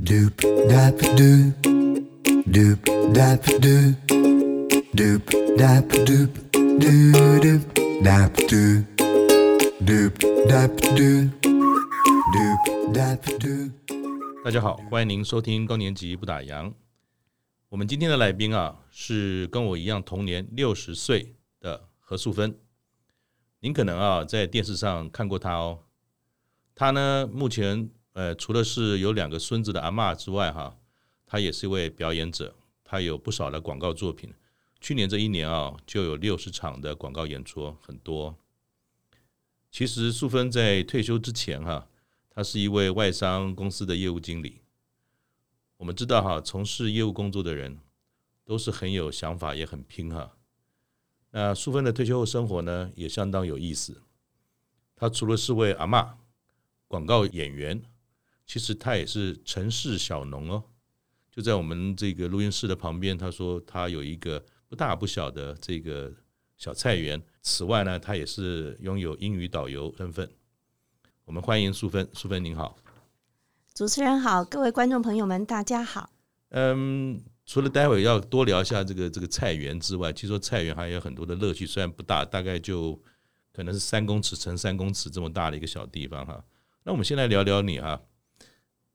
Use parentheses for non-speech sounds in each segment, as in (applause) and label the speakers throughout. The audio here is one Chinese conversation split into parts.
Speaker 1: Doop dap doop, doop dap doop, doop dap doop, doo doop dap doop, doop dap doop, doop dap doop.
Speaker 2: 大家好，欢迎您收听高年级不打烊。我们今天的来宾啊，是跟我一样同年六十岁的何素芬。您可能啊在电视上看过她哦。她呢，目前呃除了是有两个孙子的阿嬷之外，哈，她也是一位表演者，她有不少的广告作品。去年这一年啊，就有六十场的广告演出，很多。其实素芬在退休之前哈、他是一位外商公司的业务经理。我们知道哈，从事业务工作的人都是很有想法，也很拼哈。那淑芬的退休后生活呢，也相当有意思。她除了是位阿嬷、广告演员，其实她也是城市小农哦。就在我们这个录音室的旁边，她说她有一个不大不小的这个小菜园。此外呢，她也是拥有英语导游身份。我们欢迎淑芬，淑芬您好。
Speaker 3: 主持人好，各位观众朋友们，大家好。
Speaker 2: 嗯，除了待会要多聊一下这个这个菜园之外，听说菜园还有很多的乐趣，虽然不大，大概就可能是三公尺乘三公尺这么大的一个小地方哈。那我们先来聊聊你哈，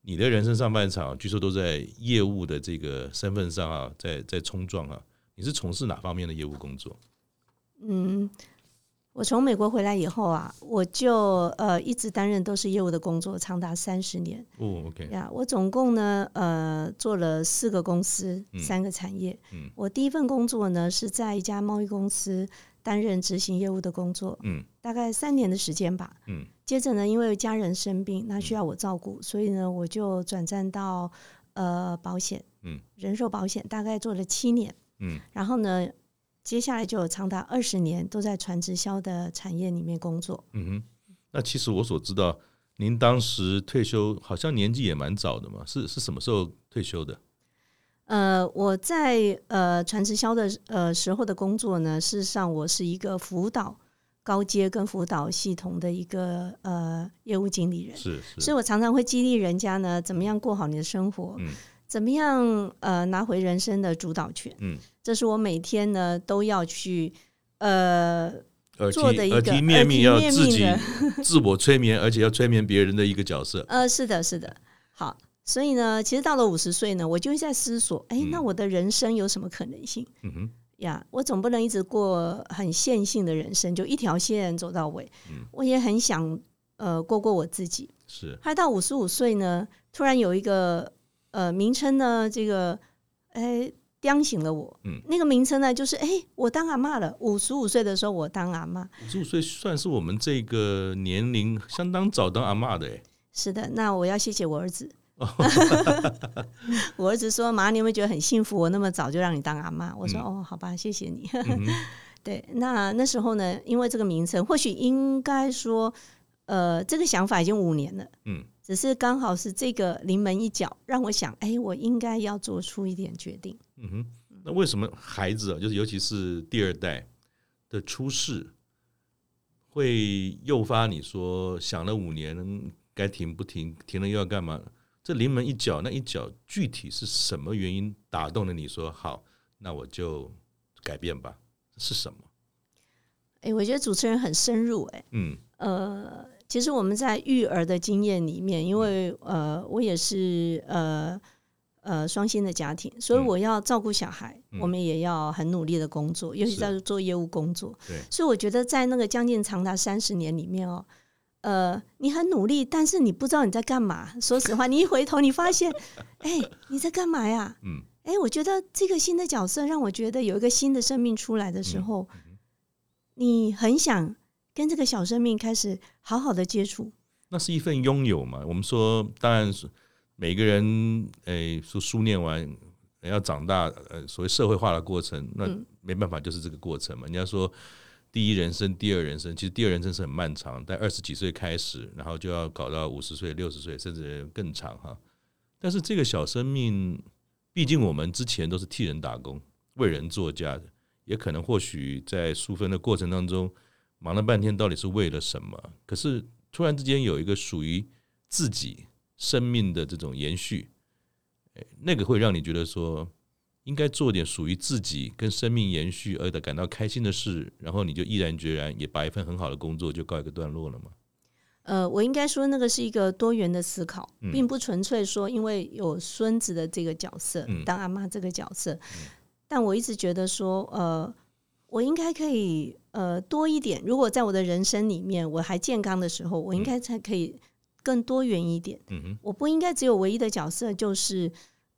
Speaker 2: 你的人生上半场据说都在业务的这个身份上啊，在在冲撞啊。你是从事哪方面的业务工作？
Speaker 3: 嗯，我从美国回来以后啊，我就呃一直担任都是业务的工作，长达三十年
Speaker 2: 哦，OK，
Speaker 3: 呀。我总共呢呃做了四个公司
Speaker 2: 嗯，
Speaker 3: 三个产业。
Speaker 2: 嗯
Speaker 3: 我第一份工作呢是在一家贸易公司担任执行业务的工作，
Speaker 2: 嗯
Speaker 3: 大概三年的时间吧。
Speaker 2: 嗯
Speaker 3: 接着呢，因为家人生病，那需要我照顾，所以呢我就转战到呃保险，
Speaker 2: 嗯，
Speaker 3: 人寿保险，大概做了七年。
Speaker 2: 嗯
Speaker 3: 然后呢，接下来就有长达二十年都在传直销的产业里面工作。
Speaker 2: 嗯哼。那其实我所知道，您当时退休好像年纪也蛮早的嘛，是是什么时候退休的？
Speaker 3: 呃，我在呃传直销的呃时候的工作呢，事实上我是一个辅导高阶跟辅导系统的一个呃业务经理人，
Speaker 2: 是是
Speaker 3: 所以我常常会激励人家呢，怎么样过好你的生活，
Speaker 2: 嗯
Speaker 3: 怎么样呃拿回人生的主导权。
Speaker 2: 嗯，
Speaker 3: 这是我每天呢都要去呃
Speaker 2: 耳提
Speaker 3: 做的一个
Speaker 2: 耳提面命，要
Speaker 3: 耳提面
Speaker 2: 自己 (laughs)
Speaker 3: 命
Speaker 2: 自我催眠，而且要催眠别人的一个角
Speaker 3: (laughs)
Speaker 2: 色。
Speaker 3: 呃，是的，是的，好。所以呢，其实到了五十岁呢，我就会在思索，哎，那
Speaker 2: 嗯
Speaker 3: 我的人生有什么可能性
Speaker 2: 嗯哼，
Speaker 3: 呀？我总不能一直过很线性的人生，就一条线走到尾。
Speaker 2: 嗯
Speaker 3: 我也很想呃过过我自己。
Speaker 2: 是
Speaker 3: 后来到五十五岁呢，突然有一个呃名称呢，这个哎点醒了我。
Speaker 2: 嗯
Speaker 3: 那个名称呢，就是哎，我当阿嬷了。五十五岁的时候，我当阿嬷。
Speaker 2: 五十五岁，算是我们这个年龄相当早当阿嬷的哎。
Speaker 3: 是的，那我要谢谢我儿子。我儿子说：“妈，你有没有觉得很幸福？我那么早就让你当阿妈。”我说：“哦，好吧，谢谢你。
Speaker 2: 嗯哼，
Speaker 3: (laughs) 对，那那时候呢，因为这个名称，或许应该说，呃，这个想法已经五年了，
Speaker 2: (laughs) 嗯，
Speaker 3: 只是刚好是这个临门一脚，让我想，哎，我应该要做出一点决定。
Speaker 2: 嗯哼，那为什么孩子啊，就是尤其是第二代的出世，会诱发你说想了五年该停不停，停了又要干嘛？这临门一脚，那一脚具体是什么原因打动了你说好，那我就改变吧？是什么？
Speaker 3: 哎，我觉得主持人很深入、哎，
Speaker 2: 嗯
Speaker 3: 呃，其实我们在育儿的经验里面，因为呃，我也是呃呃双薪的家庭，所以
Speaker 2: 嗯
Speaker 3: 我要照顾小孩，
Speaker 2: 嗯
Speaker 3: 我们也要很努力的工作，尤其
Speaker 2: 是
Speaker 3: 在做业务工作。
Speaker 2: 对
Speaker 3: 所以我觉得在那个将近长达三十年里面哦。呃，你很努力，但是你不知道你在干嘛。说实话，你一回头，你
Speaker 2: (laughs)
Speaker 3: 发现，哎、你在干嘛呀？
Speaker 2: 嗯，
Speaker 3: 哎，我觉得这个新的角色让我觉得有一个新的生命出来的时候，
Speaker 2: 嗯
Speaker 3: 你很想跟这个小生命开始好好的接触。
Speaker 2: 那是一份拥有嘛。我们说，当然是每个人，诶、说书念完要长大，呃，所谓社会化的过程，那
Speaker 3: 嗯
Speaker 2: 没办法，就是这个过程嘛。人家说第一人生，第二人生，其实第二人生是很漫长，在二十几岁开始，然后就要搞到五十岁、六十岁，甚至更长哈。但是这个小生命，毕竟我们之前都是替人打工、为人作嫁的，也可能或许在淑芬的过程当中，忙了半天到底是为了什么？可是突然之间有一个属于自己生命的这种延续，诶那个会让你觉得说，应该做点属于自己跟生命延续而感到开心的事，然后你就毅然决然也把一份很好的工作就告一个段落了嘛。
Speaker 3: 呃，我应该说那个是一个多元的思考，
Speaker 2: 嗯
Speaker 3: 并不纯粹说因为有孙子的这个角色，
Speaker 2: 嗯
Speaker 3: 当阿妈这个角色，但我一直觉得说，呃，我应该可以呃多一点。如果在我的人生里面我还健康的时候，我应该才可以更多元一点。
Speaker 2: 嗯哼，
Speaker 3: 我不应该只有唯一的角色就是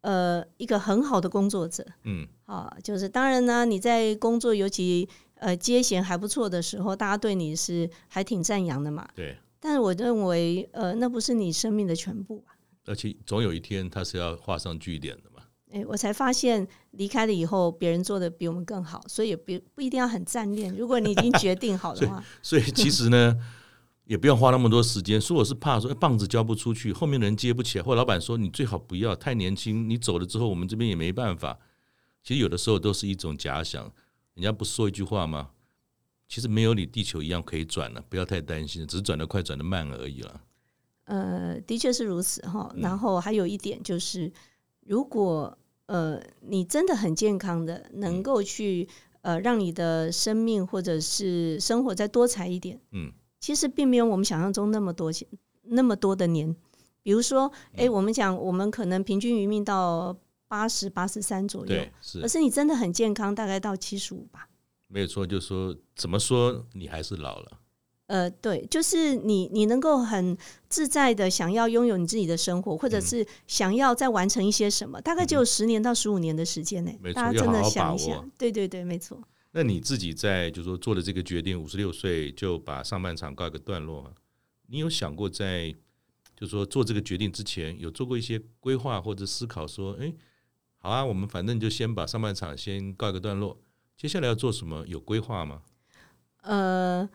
Speaker 3: 呃一个很好的工作者，
Speaker 2: 嗯
Speaker 3: 啊，就是当然呢，你在工作尤其呃接衔还不错的时候，大家对你是还挺赞扬的嘛。
Speaker 2: 对，
Speaker 3: 但是我认为，呃，那不是你生命的全部啊吧？
Speaker 2: 而且总有一天它是要画上句点的嘛。
Speaker 3: 哎，我才发现离开了以后，别人做的比我们更好，所以也不不一定要很赞恋。如果你已经决定好的话，
Speaker 2: 所以其实呢，也不要花那么多时间。说我是怕说、哎棒子交不出去，后面的人接不起来，或者老板说你最好不要太年轻，你走了之后我们这边也没办法。其实有的时候都是一种假想，人家不说一句话吗？其实没有你地球一样可以转了、不要太担心，只是转得快转得慢而已了。
Speaker 3: 呃，的确是如此哈。
Speaker 2: 嗯
Speaker 3: 然后还有一点就是，如果呃你真的很健康的，能
Speaker 2: 嗯
Speaker 3: 够去呃让你的生命或者是生活再多彩一点，
Speaker 2: 嗯
Speaker 3: 其实并没有我们想象中那么多钱那么多的年。比如说，哎、
Speaker 2: 嗯
Speaker 3: 我们讲我们可能平均余命到八十八十三左右
Speaker 2: 对，，
Speaker 3: 可
Speaker 2: 是
Speaker 3: 是你真的很健康，大概到七十五吧。
Speaker 2: 没有错。就是说怎么说你还是老了，
Speaker 3: 呃，对，就是你，你能够很自在的想要拥有你自己的生活，或者
Speaker 2: 嗯
Speaker 3: 是想要再完成一些什么，大概只有十年到十五年的时间呢、
Speaker 2: 没错
Speaker 3: 大家真
Speaker 2: 要
Speaker 3: 的
Speaker 2: 好好
Speaker 3: 想一
Speaker 2: 把
Speaker 3: 想，
Speaker 2: 握
Speaker 3: 对对对，没错。
Speaker 2: 那你自己在就是说做了这个决定，五十六岁就把上半场告一个段落啊，你有想过在就是说做这个决定之前，有做过一些规划或者思考说，哎，好啊，我们反正就先把上半场先告一个段落，接下来要做什么有规划吗？
Speaker 3: 呃，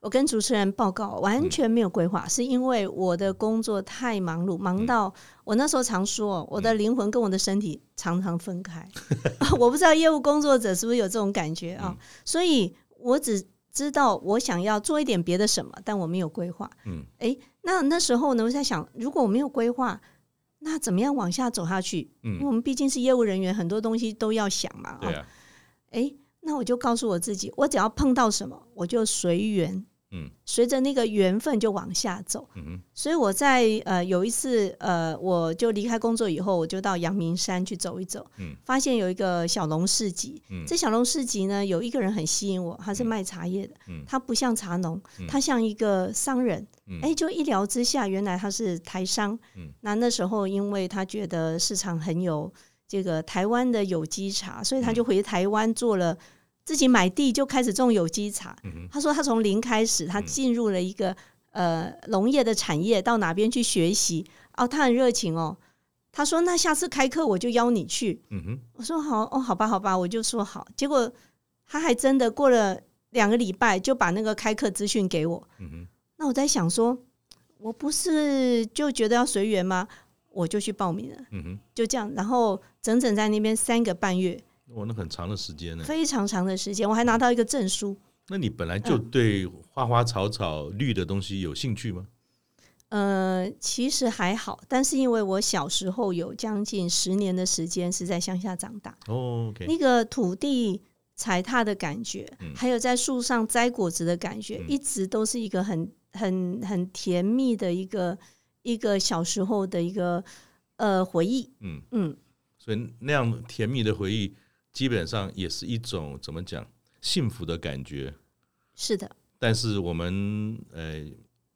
Speaker 3: 我跟主持人报告，
Speaker 2: 嗯
Speaker 3: 完全没有规划，是因为我的工作太忙碌，
Speaker 2: 嗯
Speaker 3: 忙到我那时候常说，我的灵魂跟我的身体常常分开。 (laughs) 啊我不知道业务工作者是不是有这种感觉啊？
Speaker 2: 嗯
Speaker 3: 所以我只知道我想要做一点别的什么，但我没有规划。
Speaker 2: 嗯，
Speaker 3: 诶，那那时候呢，我在想，如果我没有规划。那怎么样往下走下去？
Speaker 2: 嗯
Speaker 3: 因为我们毕竟是业务人员，很多东西都要想嘛。啊
Speaker 2: 对啊，
Speaker 3: 诶，那我就告诉我自己，我只要碰到什么，我就随缘，
Speaker 2: 嗯，
Speaker 3: 随着那个缘分就往下走。
Speaker 2: 嗯哼，
Speaker 3: 所以我在呃有一次呃，我就离开工作以后，我就到阳明山去走一走，
Speaker 2: 嗯，
Speaker 3: 发现有一个小龙市集，
Speaker 2: 嗯
Speaker 3: 这小龙市集呢，有一个人很吸引我，他是卖茶叶的，
Speaker 2: 嗯
Speaker 3: 他不像茶农，
Speaker 2: 嗯
Speaker 3: 他像一个商人，
Speaker 2: 嗯
Speaker 3: 哎，就一聊之下，原来他是台商，
Speaker 2: 嗯
Speaker 3: 那那时候因为他觉得市场很有这个台湾的有机茶，所以
Speaker 2: 嗯
Speaker 3: 他就回台湾做了。自己买地就开始种有机茶，
Speaker 2: 嗯哼，
Speaker 3: 他说他从零开始，他进入了一个、呃农业的产业，到哪边去学习？哦，他很热情哦。他说那下次开课我就邀你去。
Speaker 2: 嗯哼，
Speaker 3: 我说好哦，好吧，好吧，我就说好。结果他还真的过了两个礼拜就把那个开课资讯给我。
Speaker 2: 嗯哼，
Speaker 3: 那我在想说，我不是就觉得要随缘吗？我就去报名了，
Speaker 2: 嗯哼，
Speaker 3: 就这样。然后整整在那边三个半月，
Speaker 2: 哇，那很长的时间呢。
Speaker 3: 非常长的时间，我还拿到一个证书。
Speaker 2: 那你本来就对花花草草绿的东西有兴趣吗？
Speaker 3: 呃，其实还好，但是因为我小时候有将近十年的时间是在乡下长大，
Speaker 2: 哦，OK，
Speaker 3: 那个土地踩踏的感觉，还有在树上摘果子的感觉，一直都是一个很很很甜蜜的一个一个小时候的一个呃回忆。
Speaker 2: 嗯。
Speaker 3: 嗯，
Speaker 2: 所以那样甜蜜的回忆，基本上也是一种怎么讲幸福的感觉。
Speaker 3: 是的，
Speaker 2: 但是我们呃，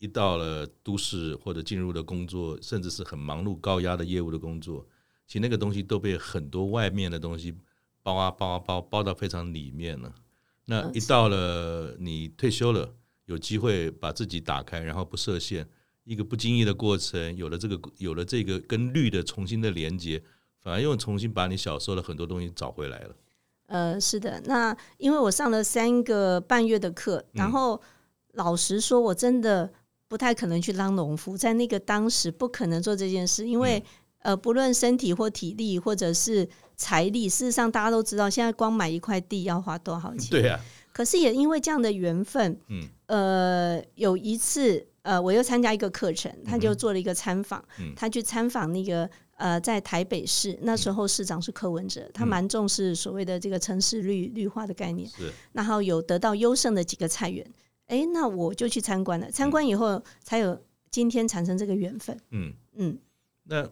Speaker 2: 一到了都市或者进入了工作，甚至是很忙碌、高压的业务的工作，其实那个东西都被很多外面的东西包啊包啊包，包到非常里面了。那一到了你退休了，有机会把自己打开，然后不设限，一个不经意的过程，有了这个有了这个跟绿的重新的连接，反而又重新把你小时候的很多东西找回来了。
Speaker 3: 呃，是的。那因为我上了三个半月的课，然后老实说，我真的不太可能去当农夫，在那个当时不可能做这件事，因为、呃，不论身体或体力或者是财力，事实上大家都知道，现在光买一块地要花多少钱。
Speaker 2: 对啊，
Speaker 3: 可是也因为这样的缘分，
Speaker 2: 嗯
Speaker 3: 呃，有一次呃，我又参加一个课程，他就做了一个参访，
Speaker 2: 嗯
Speaker 3: 他去参访那个呃，在台北市那时候市长是柯文哲，
Speaker 2: 嗯
Speaker 3: 他蛮重视所谓的这个城市绿绿化的概念，
Speaker 2: 是
Speaker 3: 然后有得到优胜的几个菜园，哎，那我就去参观了，参观以后才有今天产生这个缘分，
Speaker 2: 嗯。
Speaker 3: 嗯，
Speaker 2: 那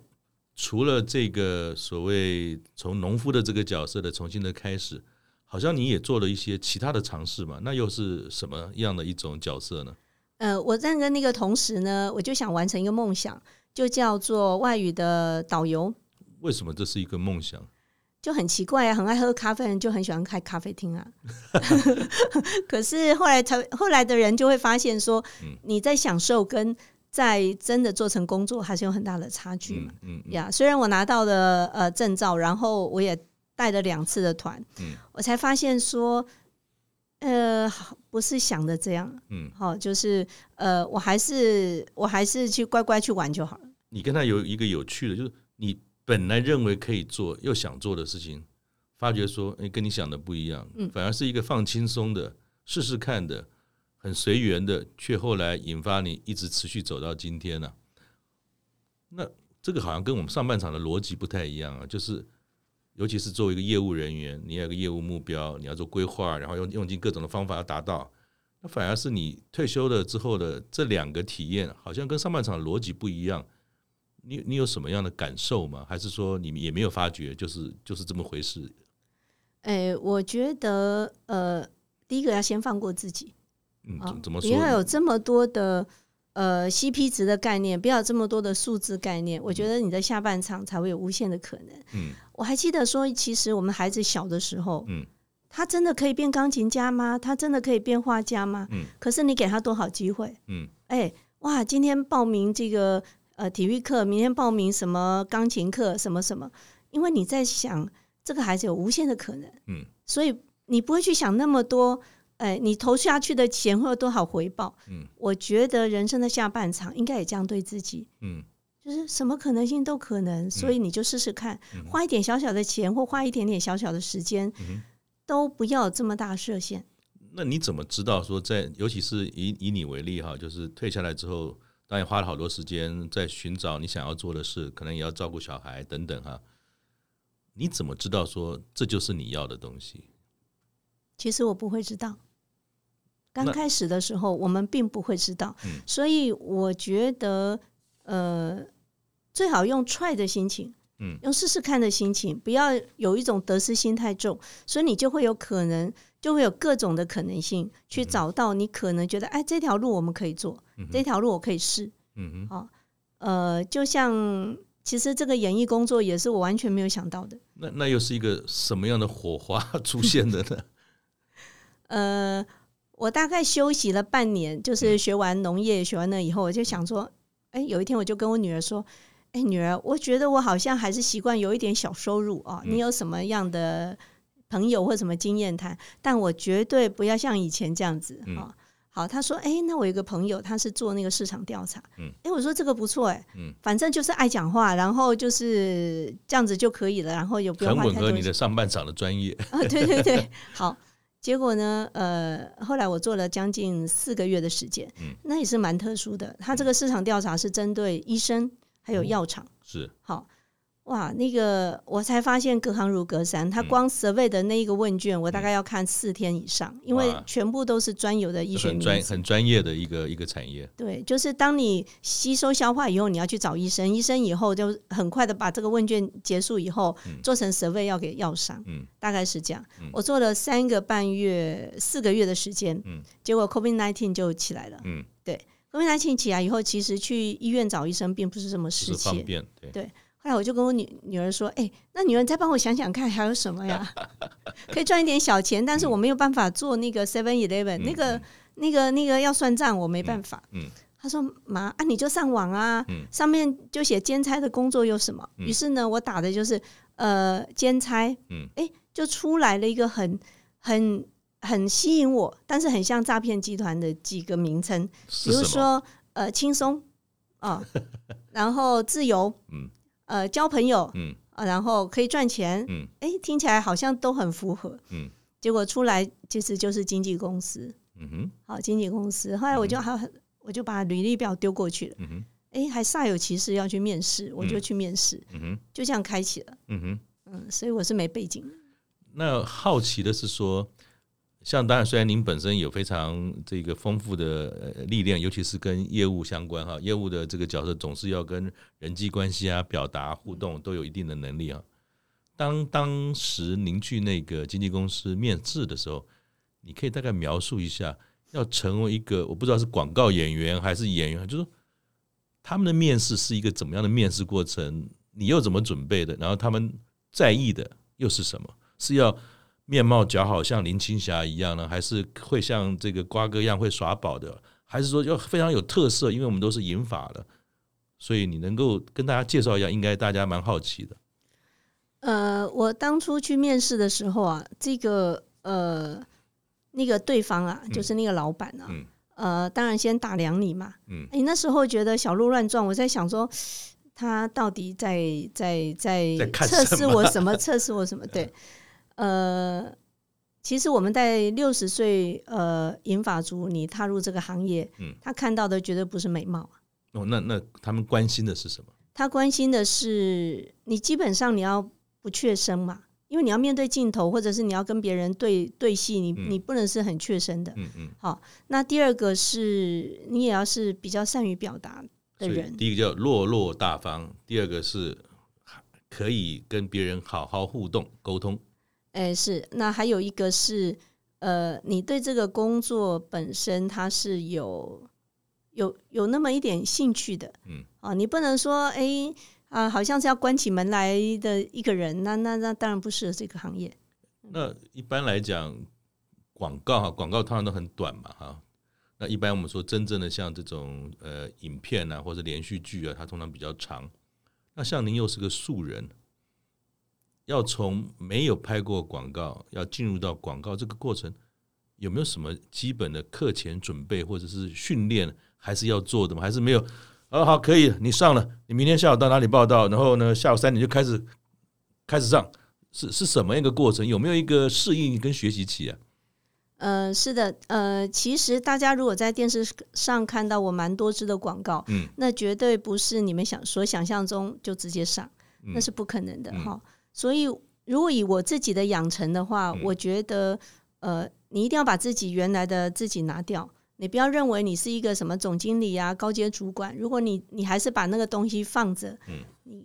Speaker 2: 除了这个所谓从农夫的这个角色的重新的开始，好像你也做了一些其他的尝试嘛？那又是什么样的一种角色呢？
Speaker 3: 呃，我在跟那个同时呢，我就想完成一个梦想，就叫做外语的导游，
Speaker 2: 为什么这是一个梦想？
Speaker 3: 就很奇怪啊，很爱喝咖啡的人就很喜欢开咖啡厅
Speaker 2: (laughs)
Speaker 3: 啊。 (laughs) 可是后来才后来的人就会发现说
Speaker 2: 嗯，
Speaker 3: 你在享受跟在真的做成工作还是有很大的差距嘛。
Speaker 2: 嗯嗯
Speaker 3: 呀虽然我拿到了呃证照，然后我也带了两次的团，
Speaker 2: 嗯
Speaker 3: 我才发现说，呃，好不是想的这样，
Speaker 2: 嗯，
Speaker 3: 好、就是呃，我还是我还是去乖乖去玩就好了。
Speaker 2: 你跟他有一个有趣的，就是你本来认为可以做又想做的事情，发觉说，哎，跟你想的不一样，
Speaker 3: 嗯
Speaker 2: 反而是一个放轻松的、试试看的、很随缘的，却后来引发你一直持续走到今天呢、啊那这个好像跟我们上半场的逻辑不太一样啊，就是尤其是作为一个业务人员，你要有个业务目标，你要做规划，然后用用尽各种的方法要达到。那反而是你退休了之后的这两个体验，好像跟上半场的逻辑不一样。你你有什么样的感受吗？还是说你们也没有发觉，就是就是这么回事？
Speaker 3: 哎，我觉得呃，第一个要先放过自己。
Speaker 2: 嗯，
Speaker 3: 啊
Speaker 2: 怎怎么
Speaker 3: 不
Speaker 2: 说
Speaker 3: 要有
Speaker 2: 呢？
Speaker 3: 这么多的呃 CP 值的概念，不要有这么多的数字概念，我觉得你的下半场才会有无限的可能。
Speaker 2: 嗯
Speaker 3: 我还记得说，其实我们孩子小的时候，
Speaker 2: 嗯
Speaker 3: 他真的可以变钢琴家吗？他真的可以变画家吗？
Speaker 2: 嗯
Speaker 3: 可是你给他多少机会？
Speaker 2: 嗯
Speaker 3: 哎，哇，今天报名这个呃体育课，明天报名什么钢琴课，什么什么，因为你在想这个孩子有无限的可能。
Speaker 2: 嗯
Speaker 3: 所以你不会去想那么多，哎，你投下去的钱会有多少回报？
Speaker 2: 嗯，
Speaker 3: 我觉得人生的下半场应该也这样对自己，
Speaker 2: 嗯
Speaker 3: 就是什么可能性都可能，所以你就试试看，
Speaker 2: 嗯
Speaker 3: 花一点小小的钱或花一点点小小的时间，
Speaker 2: 嗯哼。
Speaker 3: 都不要有这么大设限。
Speaker 2: 那你怎么知道说在，尤其是以以你为例哈，就是退下来之后，当然花了好多时间在寻找你想要做的事，可能也要照顾小孩等等哈。你怎么知道说这就是你要的东西？
Speaker 3: 其实我不会知道，刚
Speaker 2: 那
Speaker 3: 开始的时候我们并不会知道，
Speaker 2: 嗯
Speaker 3: 所以我觉得，呃，最好用 try 的心情，
Speaker 2: 嗯
Speaker 3: 用试试看的心情，不要有一种得失心太重，所以你就会有可能，就会有各种的可能性去找到你可能觉得，哎，这条路我们可以做，
Speaker 2: 嗯
Speaker 3: 这
Speaker 2: 哼，
Speaker 3: 条路我可以试，
Speaker 2: 嗯哼。
Speaker 3: 哦，呃，就像其实这个演艺工作也是我完全没有想到的，
Speaker 2: 那那又是一个什么样的火花 (laughs) 出现的呢？
Speaker 3: 呃，我大概休息了半年，
Speaker 2: 嗯
Speaker 3: 就是学完农业，学完了以后，我就想说，哎，有一天我就跟我女儿说，哎，女儿，我觉得我好像还是习惯有一点小收入啊，
Speaker 2: 嗯
Speaker 3: 你有什么样的朋友或什么经验谈？但我绝对不要像以前这样子
Speaker 2: 嗯
Speaker 3: 啊。好，她说，哎，那我有一个朋友，他是做那个市场调查，
Speaker 2: 嗯，
Speaker 3: 哎，我说这个不错，哎，
Speaker 2: 嗯，
Speaker 3: 反正就是爱讲话，然后就是这样子就可以了，然后也 (laughs) 不用
Speaker 2: 很
Speaker 3: 花
Speaker 2: 吻
Speaker 3: 太多
Speaker 2: 合你
Speaker 3: 钱
Speaker 2: 的上半场的专业。
Speaker 3: 啊，对对 (laughs) 对，好。结果呢，呃，后来我做了将近四个月的时间，
Speaker 2: 嗯
Speaker 3: 那也是蛮特殊的。他这个市场调查是针对医生
Speaker 2: 嗯
Speaker 3: 还有药厂，
Speaker 2: 是，
Speaker 3: 好。哇，那个我才发现隔行如隔山，他
Speaker 2: 嗯
Speaker 3: 光 survey 的那一个问卷，我大概要看四天以上，因为
Speaker 2: 哇
Speaker 3: 全部都是专有的医学
Speaker 2: 很
Speaker 3: 名
Speaker 2: 专
Speaker 3: 词。
Speaker 2: 很专业的一个一个产业。
Speaker 3: 对，就是当你吸收消化以后，你要去找医生，医生以后就很快的把这个问卷结束以后，
Speaker 2: 嗯
Speaker 3: 做成 survey 要给药商，
Speaker 2: 嗯
Speaker 3: 大概是这样。
Speaker 2: 嗯
Speaker 3: 我做了三个半月、四个月的时间，
Speaker 2: 嗯
Speaker 3: 结果 COVID nineteen 就起来了。
Speaker 2: 嗯，
Speaker 3: COVID nineteen 起来以后，其实去医院找医生并不是这么
Speaker 2: 就
Speaker 3: 实
Speaker 2: 是方
Speaker 3: 切。
Speaker 2: 便。对，
Speaker 3: 后来我就跟我女女儿说：“哎、那女儿你再帮我想想看，还有什么呀？可以赚一点小钱，但是我没有办法做那个 Seven Eleven
Speaker 2: 嗯
Speaker 3: 那个、
Speaker 2: 嗯
Speaker 3: 那个、那个要算账，我没办法。
Speaker 2: 嗯嗯
Speaker 3: 她说：“妈啊，你就上网啊，
Speaker 2: 嗯
Speaker 3: 上面就写兼差的工作有什么？”
Speaker 2: 嗯
Speaker 3: 于是呢，我打的就是呃兼差，
Speaker 2: 嗯，
Speaker 3: 哎、就出来了一个很很很吸引我，但是很像诈骗集团的几个名称，比
Speaker 2: 是
Speaker 3: 如
Speaker 2: 什么？
Speaker 3: 说呃轻松
Speaker 2: (laughs)
Speaker 3: 啊，然后自由，
Speaker 2: 嗯
Speaker 3: 呃交朋友，
Speaker 2: 嗯
Speaker 3: 啊，然后可以赚钱，
Speaker 2: 嗯
Speaker 3: 哎，听起来好像都很符合。
Speaker 2: 嗯
Speaker 3: 结果出来其实就是经纪公司，
Speaker 2: 嗯哼
Speaker 3: 好经纪公司。后来我就还我就把履历表丢过去了。
Speaker 2: 嗯哼，
Speaker 3: 哎，还煞有其事要去面试，我就
Speaker 2: 嗯
Speaker 3: 去面试，
Speaker 2: 嗯哼，
Speaker 3: 就这样开启了。
Speaker 2: 嗯哼。
Speaker 3: 嗯，所以我是没背景的。
Speaker 2: 那好奇的是说，像当然，虽然您本身有非常这个丰富的呃历练，尤其是跟业务相关哈，业务的这个角色总是要跟人际关系啊、表达互动都有一定的能力啊。当当时您去那个经纪公司面试的时候，你可以大概描述一下，要成为一个我不知道是广告演员还是演员，就是说他们的面试是一个怎么样的面试过程，你又怎么准备的，然后他们在意的又是什么？是要面貌姣好像林青霞一样呢，还是会像这个瓜哥一样会耍宝的，还是说要非常有特色？因为我们都是银发的，所以你能够跟大家介绍一下，应该大家蛮好奇的。
Speaker 3: 呃，我当初去面试的时候啊，这个呃，那个对方啊，就是那个老板啊，
Speaker 2: 嗯
Speaker 3: 呃，当然先打量你嘛。
Speaker 2: 嗯
Speaker 3: 你那时候觉得小鹿乱撞，我在想说。他到底在在在
Speaker 2: 在看
Speaker 3: 测
Speaker 2: 什嗯
Speaker 3: 试
Speaker 2: (laughs)
Speaker 3: 我什么？测试我什么？对，呃，其实我们在六十岁呃银发族，你踏入这个行业，
Speaker 2: 嗯
Speaker 3: 他看到的绝对不是美貌，
Speaker 2: 哦，那那他们关心的是什么？
Speaker 3: 他关心的是你基本上你要不怯生嘛，因为你要面对镜头，或者是你要跟别人对对戏，你
Speaker 2: 嗯
Speaker 3: 你不能是很怯生的。
Speaker 2: 嗯嗯，
Speaker 3: 好，那第二个是你也要是比较善于表达的
Speaker 2: 所以
Speaker 3: 人，
Speaker 2: 第一个叫落落大方，第二个是可以跟别人好好互动沟通。
Speaker 3: 哎，是。那还有一个是呃，你对这个工作本身它是有有有那么一点兴趣的，
Speaker 2: 嗯，
Speaker 3: 啊，你不能说哎啊、好像是要关起门来的一个人，那那那当然不适合这个行业。
Speaker 2: 那一般来讲，广告哈，广告通常都很短嘛哈。那一般我们说真正的像这种呃影片啊，或者连续剧啊，它通常比较长。那像您又是个素人，要从没有拍过广告，要进入到广告这个过程，有没有什么基本的课前准备或者是训练还是要做的吗？还是没有？哦，好，可以，你上了，你明天下午到哪里报道？然后呢，下午三点就开始开始上，是是什么一个过程？有没有一个适应跟学习期啊？
Speaker 3: 呃，是的，呃，其实大家如果在电视上看到我蛮多支的广告，
Speaker 2: 嗯，
Speaker 3: 那绝对不是你们想所想象中就直接上，
Speaker 2: 嗯
Speaker 3: 那是不可能的
Speaker 2: 嗯
Speaker 3: 哈、所以，如果以我自己的养成的话，
Speaker 2: 嗯
Speaker 3: 我觉得，呃，你一定要把自己原来的自己拿掉。你不要认为你是一个什么总经理啊、高阶主管，如果你你还是把那个东西放着，
Speaker 2: 嗯，
Speaker 3: 你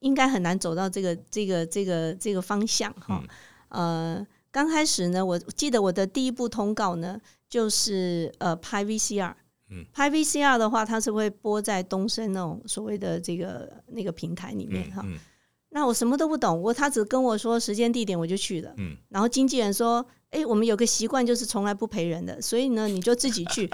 Speaker 3: 应该很难走到这个这个这个这个方向哈。
Speaker 2: 嗯
Speaker 3: 呃，刚开始呢，我记得我的第一部通告呢，就是呃拍 VCR。
Speaker 2: 嗯，
Speaker 3: 拍 VCR 的话，它是会播在东升那种所谓的这个那个平台里面哈。
Speaker 2: 嗯
Speaker 3: 那我什么都不懂，我他只跟我说时间地点，我就去了。
Speaker 2: 嗯，
Speaker 3: 然后经纪人说：“哎，我们有个习惯就是从来不陪人的，所以呢你就自己
Speaker 2: (laughs)
Speaker 3: 去。”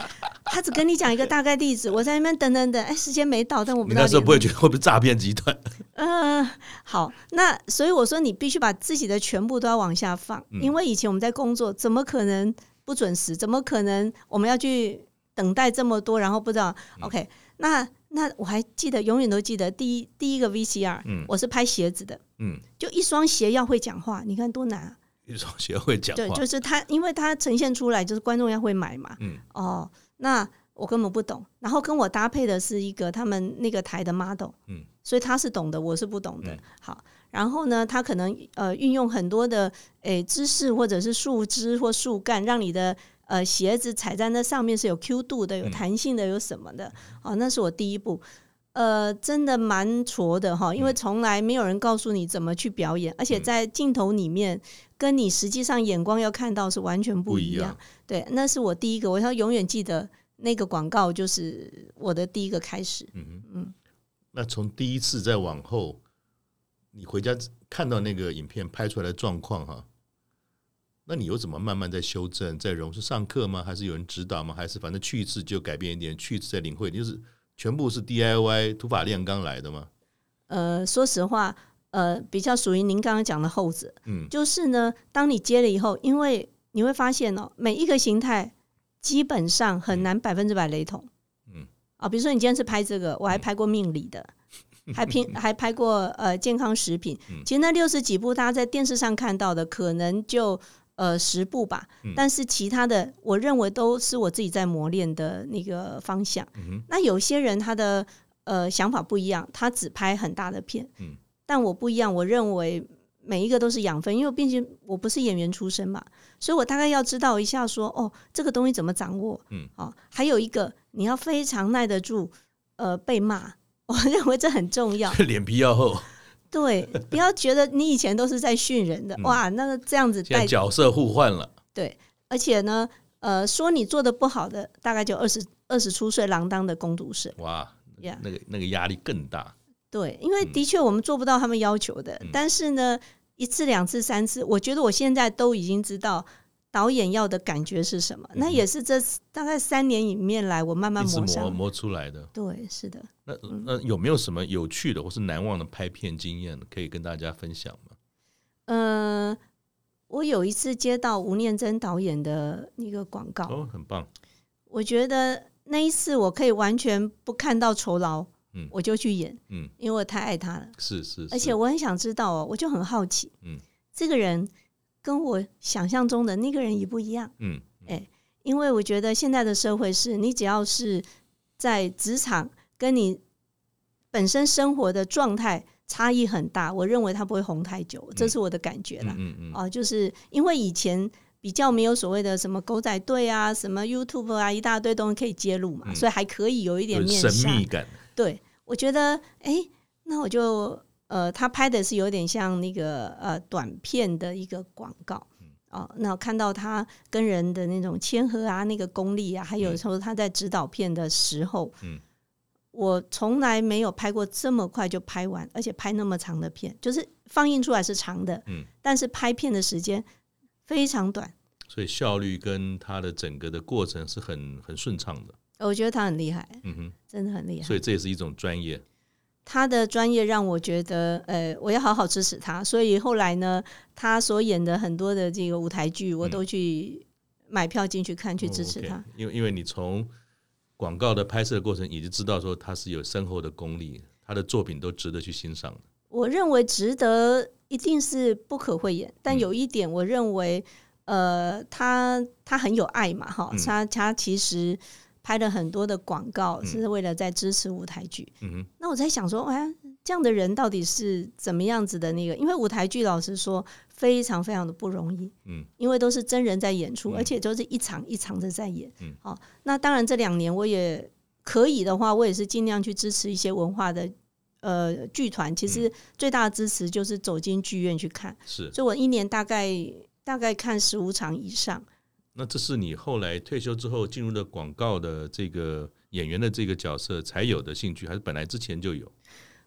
Speaker 3: 他只跟你讲一个大概地址，我在那边等等等，哎，时间没到，但我不
Speaker 2: 你
Speaker 3: 知道
Speaker 2: 那时候
Speaker 3: 点
Speaker 2: 不会觉得会不会诈骗集团？
Speaker 3: 嗯，好，那所以我说你必须把自己的全部都要往下放，
Speaker 2: 嗯
Speaker 3: 因为以前我们在工作，怎么可能不准时？怎么可能我们要去等待这么多，然后不知道、o
Speaker 2: 嗯
Speaker 3: k 那那我还记得，永远都记得第一第一个 VCR，、
Speaker 2: 嗯
Speaker 3: 我是拍鞋子的，
Speaker 2: (laughs) 嗯，
Speaker 3: 就一双鞋要会讲话，你看多难啊！
Speaker 2: 一种协会讲
Speaker 3: 对，
Speaker 2: 话，
Speaker 3: 就是它，因为它呈现出来就是观众要会买嘛，
Speaker 2: 嗯，
Speaker 3: 哦，那我根本不懂。然后跟我搭配的是一个他们那个台的 model，
Speaker 2: 嗯，
Speaker 3: 所以他是懂的，我是不懂的。
Speaker 2: 嗯
Speaker 3: 好，然后呢，他可能呃运用很多的诶知识或者是树枝或树干，让你的呃鞋子踩在那上面是有 Q 度的、有
Speaker 2: 嗯
Speaker 3: 弹性的、有什么的。哦，那是我第一步。呃，真的蛮挫的哈，
Speaker 2: 嗯
Speaker 3: 因为从来没有人告诉你怎么去表演，而且在镜头里面跟你实际上眼光要看到是完全不
Speaker 2: 不
Speaker 3: 一
Speaker 2: 一
Speaker 3: 样
Speaker 2: 样。。
Speaker 3: 对，那是我第一个，我要永远记得那个广告，就是我的第一个开始。
Speaker 2: 嗯哼
Speaker 3: 嗯，
Speaker 2: 那从第一次再往后，你回家看到那个影片拍出来的状况哈，那你又怎么慢慢在修正、在融？是上课吗？还是有人指导吗？还是反正去一次就改变一点，去一次再领会，就是全部是 DIY 土法炼钢来的吗？
Speaker 3: 呃，说实话，呃，比较属于您刚刚讲的后者，
Speaker 2: 嗯
Speaker 3: 就是呢，当你接了以后，因为你会发现哦，每一个形态基本上很难百分之百雷同。
Speaker 2: 嗯，
Speaker 3: 啊，比如说你今天是拍这个，我还拍过命理
Speaker 2: (laughs)
Speaker 3: 的。还拼还拍
Speaker 2: 嗯
Speaker 3: 过呃健康食品，其实那六十几部大家在电视上看到的，可能就呃十步吧
Speaker 2: 嗯，
Speaker 3: 但是其他的我认为都是我自己在磨练的那个方向。
Speaker 2: 嗯哼，
Speaker 3: 那有些人他的呃想法不一样，他只拍很大的片，
Speaker 2: 嗯
Speaker 3: 但我不一样，我认为每一个都是养分，因为毕竟我不是演员出身嘛，所以我大概要知道一下说，哦，这个东西怎么掌握，
Speaker 2: 嗯，
Speaker 3: 哦，还有一个你要非常耐得住，呃，被骂，我认为这很重要，
Speaker 2: (laughs) 脸皮要厚，
Speaker 3: 对，不要觉得你以前都是在训人的，
Speaker 2: 嗯
Speaker 3: 哇，那个这样子
Speaker 2: 现在
Speaker 3: 带
Speaker 2: 角色互换了，
Speaker 3: 对，而且呢，呃，说你做的不好的，大概就二十二十出岁锒铛的工读生。
Speaker 2: 哇，
Speaker 3: Yeah
Speaker 2: 那个那个压力更大，
Speaker 3: 对，因为
Speaker 2: 嗯
Speaker 3: 的确我们做不到他们要求的，
Speaker 2: 嗯
Speaker 3: 但是呢，一次、两次、三次，我觉得我现在都已经知道导演要的感觉是什么。那也是这大概三年里面来，我慢
Speaker 2: 嗯
Speaker 3: 慢
Speaker 2: 一直
Speaker 3: 磨嗯上
Speaker 2: 磨
Speaker 3: 来。
Speaker 2: 磨出来的。
Speaker 3: 对，是的，
Speaker 2: 那那有没有什么有趣的或是难忘的拍片经验可以跟大家分享吗？
Speaker 3: 呃，我有一次接到吴念真导演的那个广告，
Speaker 2: 哦，很棒，
Speaker 3: 我觉得那一次我可以完全不看到酬劳，
Speaker 2: 嗯
Speaker 3: 我就去演，
Speaker 2: 嗯，
Speaker 3: 因为我太爱他了。
Speaker 2: 是是，
Speaker 3: 而且
Speaker 2: 是
Speaker 3: 我很想知道哦，我就很好奇，
Speaker 2: 嗯
Speaker 3: 这个人跟我想象中的那个人一不一样？
Speaker 2: 嗯
Speaker 3: 因为我觉得现在的社会是你只要是在职场跟你本身生活的状态差异很大，我认为他不会红太久，这是我的感觉啦。
Speaker 2: 嗯嗯嗯
Speaker 3: 哦，就是因为以前比较没有所谓的什么狗仔队啊、什么 YouTube 啊，一大堆东西可以揭露嘛，
Speaker 2: 嗯
Speaker 3: 所以还可以有一点
Speaker 2: 有
Speaker 3: 面
Speaker 2: 神
Speaker 3: 纱。
Speaker 2: 秘感，
Speaker 3: 对，我觉得，哎、那我就呃，他拍的是有点像那个呃短片的一个广告。哦，那我看到他跟人的那种谦和啊，那个功力啊，还有
Speaker 2: 嗯
Speaker 3: 时候他在指导片的时候，
Speaker 2: 嗯，
Speaker 3: 我从来没有拍过这么快就拍完，而且拍那么长的片，就是放映出来是长的，
Speaker 2: 嗯，
Speaker 3: 但是拍片的时间非常短，
Speaker 2: 所以效率跟它的整个的过程是很很顺畅的。
Speaker 3: 呃我觉得他很厉害，
Speaker 2: 嗯哼，
Speaker 3: 真的很厉害。
Speaker 2: 所以这也是一种专业。
Speaker 3: 他的专业让我觉得，呃，我要好好支持他。所以后来呢，他所演的很多的这个舞台剧，我都去买票进去看，去支持他。
Speaker 2: 嗯哦，OK，因为因为你从广告的拍摄过程已经知道说他是有深厚的功力，他的作品都值得去欣赏的。
Speaker 3: 我认为值得，一定是不可讳言。但
Speaker 2: 嗯
Speaker 3: 有一点，我认为，呃，他他很有爱嘛，哈
Speaker 2: 嗯，
Speaker 3: 他他其实拍了很多的广告，
Speaker 2: 嗯
Speaker 3: 是为了在支持舞台剧。
Speaker 2: 嗯哼，
Speaker 3: 那我在想说，哎，这样的人到底是怎么样子的那个？因为舞台剧，老实说，非常非常的不容易。
Speaker 2: 嗯，
Speaker 3: 因为都是真人在演出，
Speaker 2: 嗯
Speaker 3: 而且都是一场一场的在演。
Speaker 2: 嗯，
Speaker 3: 哦，那当然这两年我也可以的话，我也是尽量去支持一些文化的呃剧团。其实最大的支持就是走进剧院去看，
Speaker 2: 嗯是。
Speaker 3: 所以我一年大概大概看十五场以上。
Speaker 2: 那这是你后来退休之后进入的广告的这个演员的这个角色才有的兴趣，还是本来之前就有？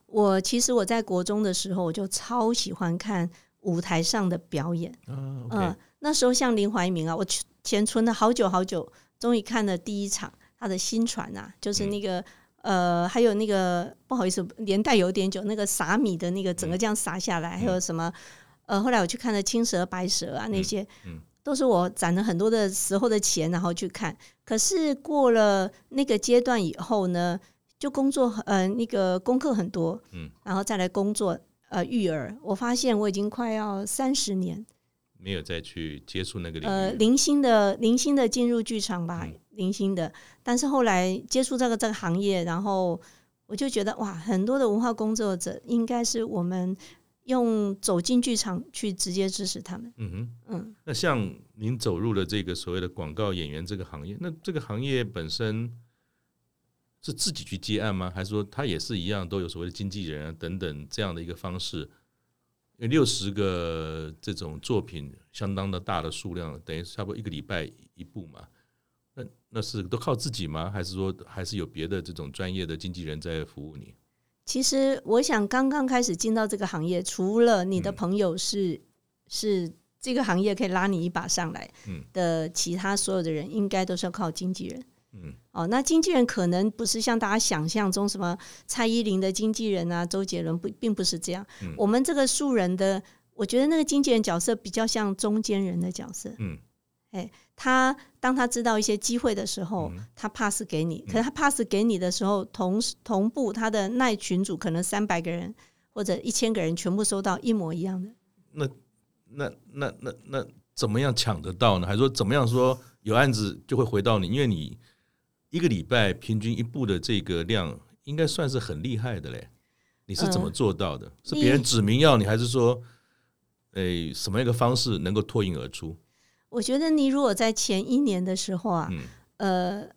Speaker 3: 我其实我在国中的时候，我就超喜欢看舞台上的表演。
Speaker 2: 啊，OK，、
Speaker 3: 嗯、那时候像林怀民啊，我去前存了好久好久，终于看了第一场他的新传啊，就是
Speaker 2: 嗯
Speaker 3: 那个、呃，还有那个不好意思，年代有点久，那个撒米的那个
Speaker 2: 嗯
Speaker 3: 整个这样撒下来，还有什么呃，后来我去看了青蛇白蛇啊那些，
Speaker 2: 嗯
Speaker 3: 都是我攒了很多的时候的钱，然后去看。可是过了那个阶段以后呢，就工作很呃那个功课很多，
Speaker 2: 嗯，
Speaker 3: 然后再来工作呃育儿，我发现我已经快要三十年。
Speaker 2: 没有再去接触那个领域。
Speaker 3: 呃零星的零星的进入剧场吧，
Speaker 2: 嗯
Speaker 3: 零星的，但是后来接触这个这个行业，然后我就觉得哇，很多的文化工作者应该是我们用走进剧场去直接支持他们，
Speaker 2: 嗯哼，
Speaker 3: 嗯。
Speaker 2: 那像您走入了这个所谓的广告演员这个行业，那这个行业本身是自己去接案吗？还是说他也是一样都有所谓的经纪人啊等等这样的一个方式？因为六十个这种作品相当的大的数量，等于差不多一个礼拜一部嘛。那那是都靠自己吗？还是说还是有别的这种专业的经纪人在服务你？
Speaker 3: 其实我想，刚刚开始进到这个行业，除了你
Speaker 2: 嗯
Speaker 3: 的朋友是、是这个行业可以拉你一把上来
Speaker 2: 嗯
Speaker 3: 的，其他所有的人应该都是要靠经纪人。
Speaker 2: 嗯，
Speaker 3: 哦，那经纪人可能不是像大家想象中什么蔡依林的经纪人啊，周杰伦不并不是这样。
Speaker 2: 嗯
Speaker 3: 我们这个素人的，我觉得那个经纪人角色比较像中间人的角色。
Speaker 2: 嗯，
Speaker 3: 他当他知道一些机会的时候，
Speaker 2: 嗯
Speaker 3: 他 pass 给你，可是他 pass 给你的时候，同时同步他的那群组可能三百个人或者一千个人全部收到一模一样的。
Speaker 2: 那那那那那怎么样抢得到呢？还说怎么样说有案子就会回到你？因为你一个礼拜平均一部的这个量，应该算是很厉害的嘞。你是怎么
Speaker 3: 呃
Speaker 2: 做到的？是
Speaker 3: 第
Speaker 2: 别人
Speaker 3: 一
Speaker 2: 指名要你，还是说，诶、什么样一个方式能够脱颖而出？
Speaker 3: 我觉得你如果在前一年的时候啊，
Speaker 2: 嗯，
Speaker 3: 呃，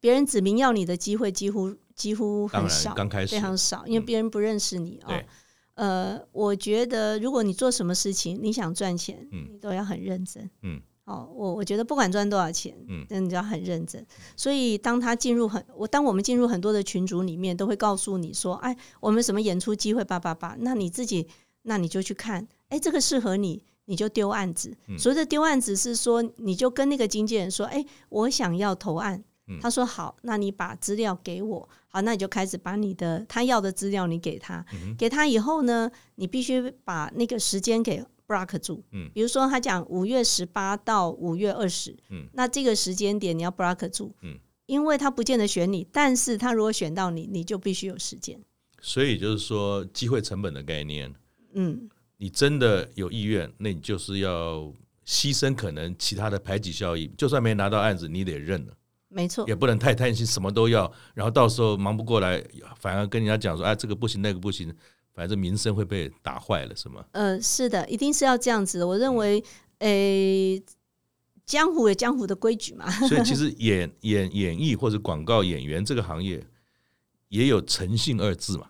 Speaker 3: 别人指名要你的机会几乎几乎
Speaker 2: 当
Speaker 3: 很
Speaker 2: 然
Speaker 3: 少，
Speaker 2: 刚开始
Speaker 3: 非，常少，因为
Speaker 2: 嗯
Speaker 3: 别人不认识你啊、
Speaker 2: 对
Speaker 3: 呃，我觉得如果你做什么事情，你想赚钱，
Speaker 2: 嗯
Speaker 3: 你都要很认真。
Speaker 2: 嗯，
Speaker 3: 哦，我我觉得不管赚多少钱，
Speaker 2: 嗯
Speaker 3: 但你就要很认真。所以当他进入很我当我们进入很多的群组里面，都会告诉你说，哎，我们什么演出机会叭叭叭，那你自己那你就去看，哎，这个适合你。你就丢案子，
Speaker 2: 嗯
Speaker 3: 所谓的丢案子是说，你就跟那个经纪人说，哎、我想要投案，
Speaker 2: 嗯
Speaker 3: 他说好，那你把资料给我，好，那你就开始把你的他要的资料你给他，
Speaker 2: 嗯
Speaker 3: 给他以后呢，你必须把那个时间给 block 住，
Speaker 2: 嗯
Speaker 3: 比如说他讲五月十八到五月二十，
Speaker 2: 嗯
Speaker 3: 那这个时间点你要 block 住，
Speaker 2: 嗯
Speaker 3: 因为他不见得选你，但是他如果选到你，你就必须有时间，
Speaker 2: 所以就是说机会成本的概念，
Speaker 3: 嗯，
Speaker 2: 你真的有意愿，那你就是要牺牲可能其他的排挤效益，就算没拿到案子，你得认了，啊
Speaker 3: 没
Speaker 2: (laughs)
Speaker 3: 错
Speaker 2: 也，不能太贪心，什么都要，然后到时候忙不过来，反而跟人家讲说，啊，这个不行，那个不行，反正名声会被打坏了， (laughs) 是吗？
Speaker 3: 呃，是的，一定是要这样子的，我认为，诶、江湖有江湖的规矩嘛， (laughs)
Speaker 2: 所以其实演演演艺或者广告演员这个行业也有诚信二字嘛，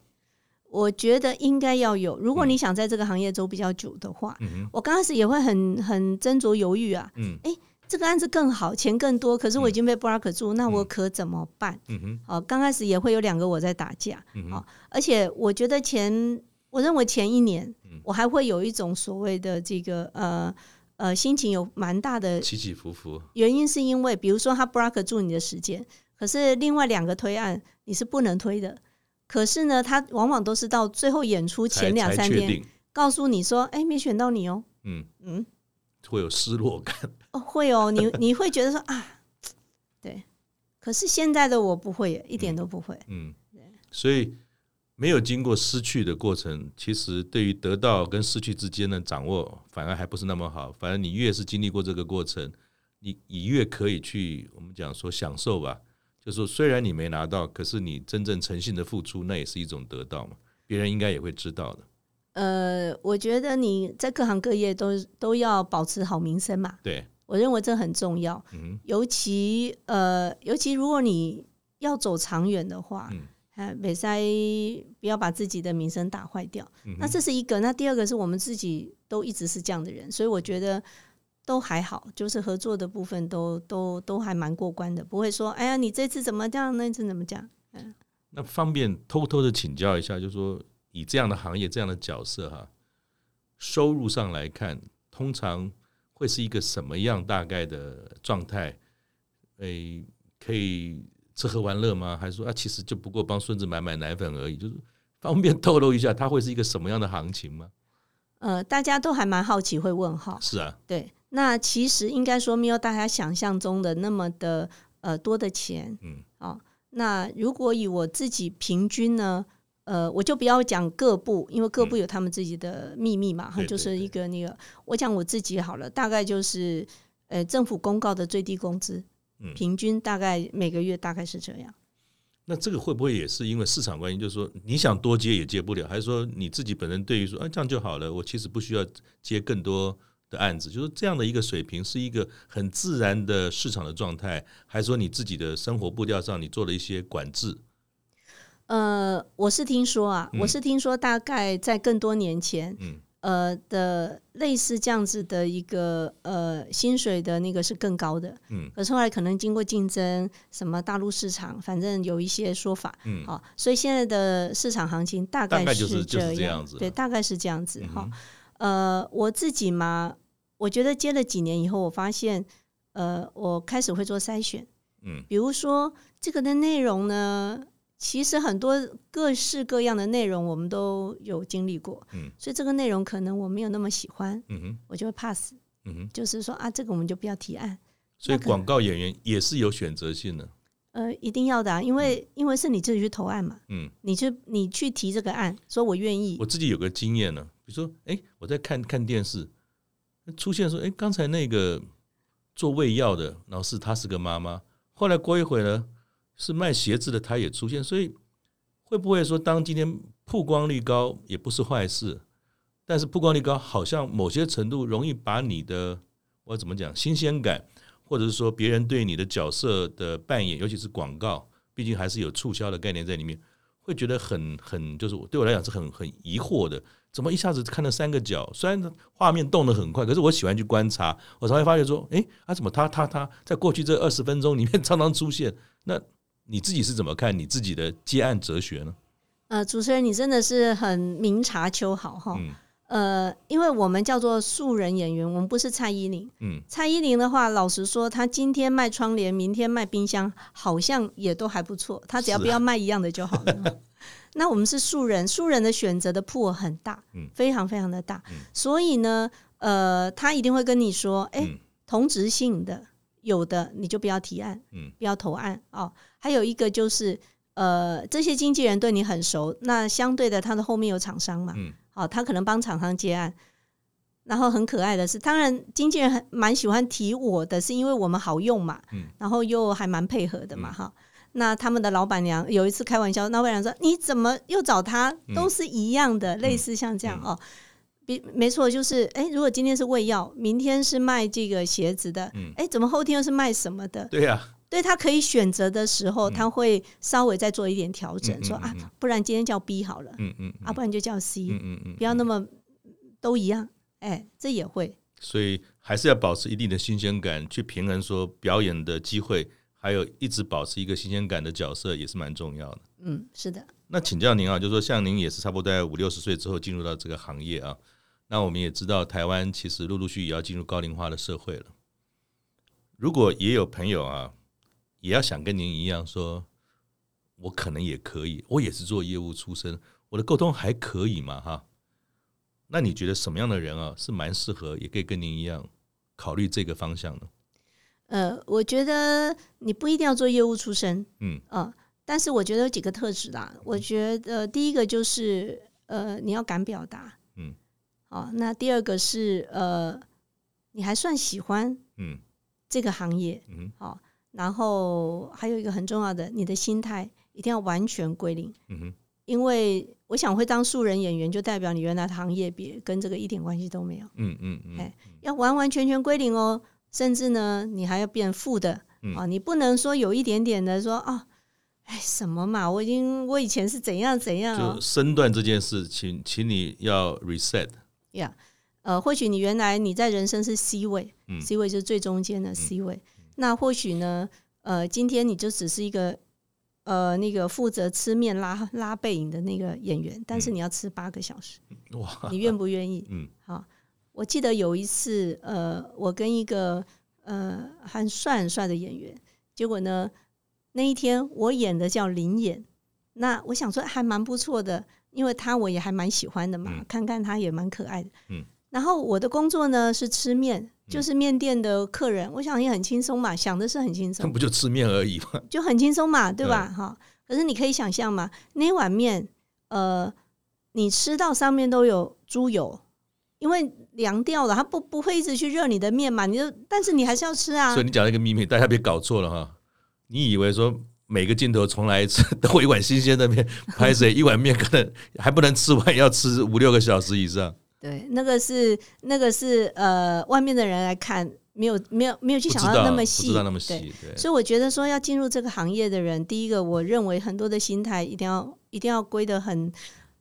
Speaker 3: 我觉得应该要有。如果你想在这个行业走比较久的话，
Speaker 2: 嗯哼，
Speaker 3: 我刚开始也会很很斟酌犹豫啊。
Speaker 2: 嗯
Speaker 3: 这个案子更好，钱更多，可是我已经被 block 住，那我可怎么办？
Speaker 2: 嗯哼，
Speaker 3: 哦，刚开始也会有两个我在打架，
Speaker 2: 嗯哼
Speaker 3: 好，而且我觉得前，我认为前一年
Speaker 2: 嗯
Speaker 3: 我还会有一种所谓的这个呃呃心情有蛮大的
Speaker 2: 起起伏伏，
Speaker 3: 原因，是因为比如说他 block 住你的时间，可是另外两个推案你是不能推的，可是呢，他往往都是到最后演出
Speaker 2: 才
Speaker 3: 前两
Speaker 2: 才
Speaker 3: 三
Speaker 2: 确
Speaker 3: 天
Speaker 2: 定，
Speaker 3: 告诉你说，哎、没选到你哦，
Speaker 2: 嗯，
Speaker 3: 嗯，
Speaker 2: 会有失落感，
Speaker 3: 哦，会哦，你你会觉得说啊，对，可是现在的我不会耶，一点都不会，
Speaker 2: 嗯，所以没有经过失去的过程，其实对于得到跟失去之间的掌握，反而还不是那么好。反而你越是经历过这个过程，你你越可以去我们讲说享受吧。就是说虽然你没拿到，可是你真正诚信的付出，那也是一种得到嘛。别人应该也会知道的，
Speaker 3: 呃，我觉得你在各行各业都都要保持好名声嘛，
Speaker 2: 对，
Speaker 3: 我认为这很重要，
Speaker 2: 嗯
Speaker 3: 尤其呃，尤其如果你要走长远的话，
Speaker 2: 嗯
Speaker 3: 啊，美塞不要把自己的名声打坏掉。
Speaker 2: 哼，
Speaker 3: 那这是一个，那第二个是我们自己都一直是这样的人，所以我觉得都还好，就是合作的部分都都都还蛮过关的，不会说哎呀你这次怎么这样，那次怎么这样。
Speaker 2: 那方便偷偷的请教一下，就是说以这样的行业、这样的角色哈，收入上来看，通常会是一个什么样大概的状态？诶，可以吃喝玩乐吗？还是说啊，其实就不过帮孙子买买奶粉而已？就是方便透露一下，它会是一个什么样的行情吗？
Speaker 3: 呃，大家都还蛮好奇，会问号。
Speaker 2: 是啊，
Speaker 3: 对，那其实应该说没有大家想象中的那么的呃多的钱，
Speaker 2: 嗯，
Speaker 3: 哦，那如果以我自己平均呢，呃，我就不要讲各部，因为各部有他们自己的秘密嘛，哈、
Speaker 2: 嗯对对
Speaker 3: 就是一个那个，我讲我自己好了，大概就是呃政府公告的最低工资，
Speaker 2: 嗯
Speaker 3: 平均大概每个月大概是这样。
Speaker 2: 那这个会不会也是因为市场关系？就是说你想多接也接不了，还是说你自己本人对于说啊这样就好了，我其实不需要接更多的案子，就是这样的一个水平是一个很自然的市场的状态，还是说你自己的生活步调上你做了一些管制？
Speaker 3: 呃，我是听说啊，
Speaker 2: 嗯
Speaker 3: 我是听说大概在更多年前，
Speaker 2: 嗯
Speaker 3: 呃的类似这样子的一个呃薪水的那个是更高的，
Speaker 2: 嗯
Speaker 3: 可是后来可能经过竞争，什么大陆市场，反正有一些说法，
Speaker 2: 嗯
Speaker 3: 好、所以现在的市场行情大
Speaker 2: 大
Speaker 3: 概
Speaker 2: 概就是
Speaker 3: 这
Speaker 2: 就是这样
Speaker 3: 样
Speaker 2: 子啊
Speaker 3: 对，大概是这样子
Speaker 2: 嗯
Speaker 3: 哈、
Speaker 2: 哼
Speaker 3: 呃，我自己嘛，我觉得接了几年以后，我发现，呃，我开始会做筛选，
Speaker 2: 嗯
Speaker 3: 比如说这个的内容呢，其实很多各式各样的内容我们都有经历过，
Speaker 2: 嗯
Speaker 3: 所以这个内容可能我没有那么喜欢，
Speaker 2: 嗯哼
Speaker 3: 我就会 pass，
Speaker 2: 嗯哼，
Speaker 3: 就是说啊，这个我们就不要提案。
Speaker 2: 所以
Speaker 3: 那可能
Speaker 2: 广告演员也是有选择性的。
Speaker 3: 呃，一定要的、啊，因为、因为是你自己去投案嘛，
Speaker 2: 嗯，
Speaker 3: 你去你去提这个案，说我愿意
Speaker 2: 我，自己有个经验呢，比如说哎我在看看电视，出现说，哎，刚才那个做胃药的，然后是她是个妈妈，后来过一会呢，是卖鞋子的，她也出现，所以会不会说，当今天曝光率高也不是坏事，但是曝光率高好像某些程度容易把你的我怎么讲新鲜感，或者是说别人对你的角色的扮演，尤其是广告，毕竟还是有促销的概念在里面，会觉得很很就是我对我来讲是很很疑惑的，怎么一下子看了三个角？虽然画面动得很快，可是我喜欢去观察，我才会发现说，诶，啊怎么他他他在过去这二十分钟里面常常出现？那你自己是怎么看你自己的接案哲学呢？
Speaker 3: 呃，主持人你真的是很明察秋毫哈。
Speaker 2: 嗯
Speaker 3: 呃，因为我们叫做素人演员，我们不是蔡依林。
Speaker 2: 嗯，
Speaker 3: 蔡依林的话，老实说，她今天卖窗帘，明天卖冰箱，好像也都还不错。她只要
Speaker 2: 是啊
Speaker 3: 不要卖一样的就好
Speaker 2: (laughs)
Speaker 3: 了。那我们是素人，素人的选择的铺额很大，
Speaker 2: 嗯
Speaker 3: 非常非常的大。
Speaker 2: 嗯
Speaker 3: 所以呢，呃，他一定会跟你说，哎、
Speaker 2: 嗯
Speaker 3: 同质性的有的你就不要提案，
Speaker 2: 嗯
Speaker 3: 不要投案哦。还有一个就是，呃，这些经纪人对你很熟，那相对的他的后面有厂商嘛，
Speaker 2: 嗯
Speaker 3: 哦，他可能帮厂商接案。然后很可爱的是，当然经纪人很蛮喜欢提我的，是因为我们好用嘛，
Speaker 2: 嗯
Speaker 3: 然后又还蛮配合的嘛，哈、那他们的老板娘有一次开玩笑，老板娘说：“你怎么又找他？
Speaker 2: 嗯
Speaker 3: 都是一样的，类似像这样、哦。”比没错，就是哎，诶如果今天是喂药，明天是卖这个鞋子的
Speaker 2: 嗯，
Speaker 3: 哎、怎么后天又是卖什么的？
Speaker 2: 对呀、
Speaker 3: 对他可以选择的时候，他会稍微再做一点调整，
Speaker 2: 嗯嗯嗯
Speaker 3: 说
Speaker 2: 嗯
Speaker 3: 啊
Speaker 2: 嗯，
Speaker 3: 不然今天叫 B 好了，
Speaker 2: 嗯嗯
Speaker 3: 啊，不然就叫 C。
Speaker 2: 嗯嗯嗯，
Speaker 3: 不要那么都一样。哎，这也会
Speaker 2: 所以还是要保持一定的新鲜感，去平衡说表演的机会，还有一直保持一个新鲜感的角色也是蛮重要的。
Speaker 3: 嗯，是的，
Speaker 2: 那请教您啊，就说像您也是差不多在五六十岁之后进入到这个行业啊，那我们也知道台湾其实陆陆续续也要进入高龄化的社会了。如果也有朋友啊，也要想跟您一样说，我可能也可以，我也是做业务出身，我的沟通还可以嘛哈？那你觉得什么样的人啊是蛮适合，也可以跟您一样考虑这个方向呢？
Speaker 3: 呃，我觉得你不一定要做业务出身，
Speaker 2: 嗯
Speaker 3: 呃，但是我觉得有几个特质啦。我觉得第一个就是呃，你要敢表达，
Speaker 2: 嗯，
Speaker 3: 哦，那第二个是呃，你还算喜欢
Speaker 2: 嗯
Speaker 3: 这个行业，
Speaker 2: 嗯
Speaker 3: 哦，然后还有一个很重要的，你的心态一定要完全归零。
Speaker 2: 嗯哼
Speaker 3: 因为我想会当素人演员，就代表你原来的行业别跟这个一点关系都没有。
Speaker 2: 嗯嗯嗯
Speaker 3: 哎，要完完全全归零哦，甚至呢，你还要变负的、
Speaker 2: 嗯
Speaker 3: 啊，你不能说有一点点的说啊，哎什么嘛，我已经我以前是怎样怎样
Speaker 2: 就
Speaker 3: 哦，
Speaker 2: 身段这件事，请请你要 reset。
Speaker 3: 呀呃，或许你原来你在人生是 C 位、
Speaker 2: 嗯
Speaker 3: c 位就是最中间的 C 位，那或许呢，呃，今天你就只是一个。呃，那个负责吃面拉拉背影的那个演员，但是
Speaker 2: 嗯
Speaker 3: 你要吃八个小时，
Speaker 2: 哇，
Speaker 3: 你愿不愿意？
Speaker 2: 嗯
Speaker 3: 好，我记得有一次，呃，我跟一个呃很帅很帅的演员，结果呢，那一天我演的叫林演，那我想说还蛮不错的，因为他我也还蛮喜欢的嘛，
Speaker 2: 嗯
Speaker 3: 看看他也蛮可爱的。
Speaker 2: 嗯，
Speaker 3: 然后我的工作呢是吃面，就是面店的客人，我想也很轻松嘛，想的是很轻
Speaker 2: 那
Speaker 3: 松，
Speaker 2: 不就吃面而已吗？
Speaker 3: 就很轻松嘛，对吧？哈、可是你可以想象嘛，那碗面，呃，你吃到上面都有猪油，因为凉掉了，它不不会一直去热你的面嘛，你就，但是你还是要吃啊
Speaker 2: 所以。你讲了一个秘密，大家别搞错了哈。你以为说每个镜头重来一次，等我一碗新鲜的面，拍
Speaker 3: (laughs)
Speaker 2: 谁一碗面可能还不能吃完，要吃五六个小时以上，
Speaker 3: 对，那个是那个是呃，外面的人来看，没有没有没有去
Speaker 2: 不知
Speaker 3: 想
Speaker 2: 道
Speaker 3: 到那么
Speaker 2: 不
Speaker 3: 细，
Speaker 2: 知道那么
Speaker 3: 对
Speaker 2: 细，对，
Speaker 3: 所以我觉得说要进入这个行业的人，第一个，我认为很多的心态一定要一定要归得很，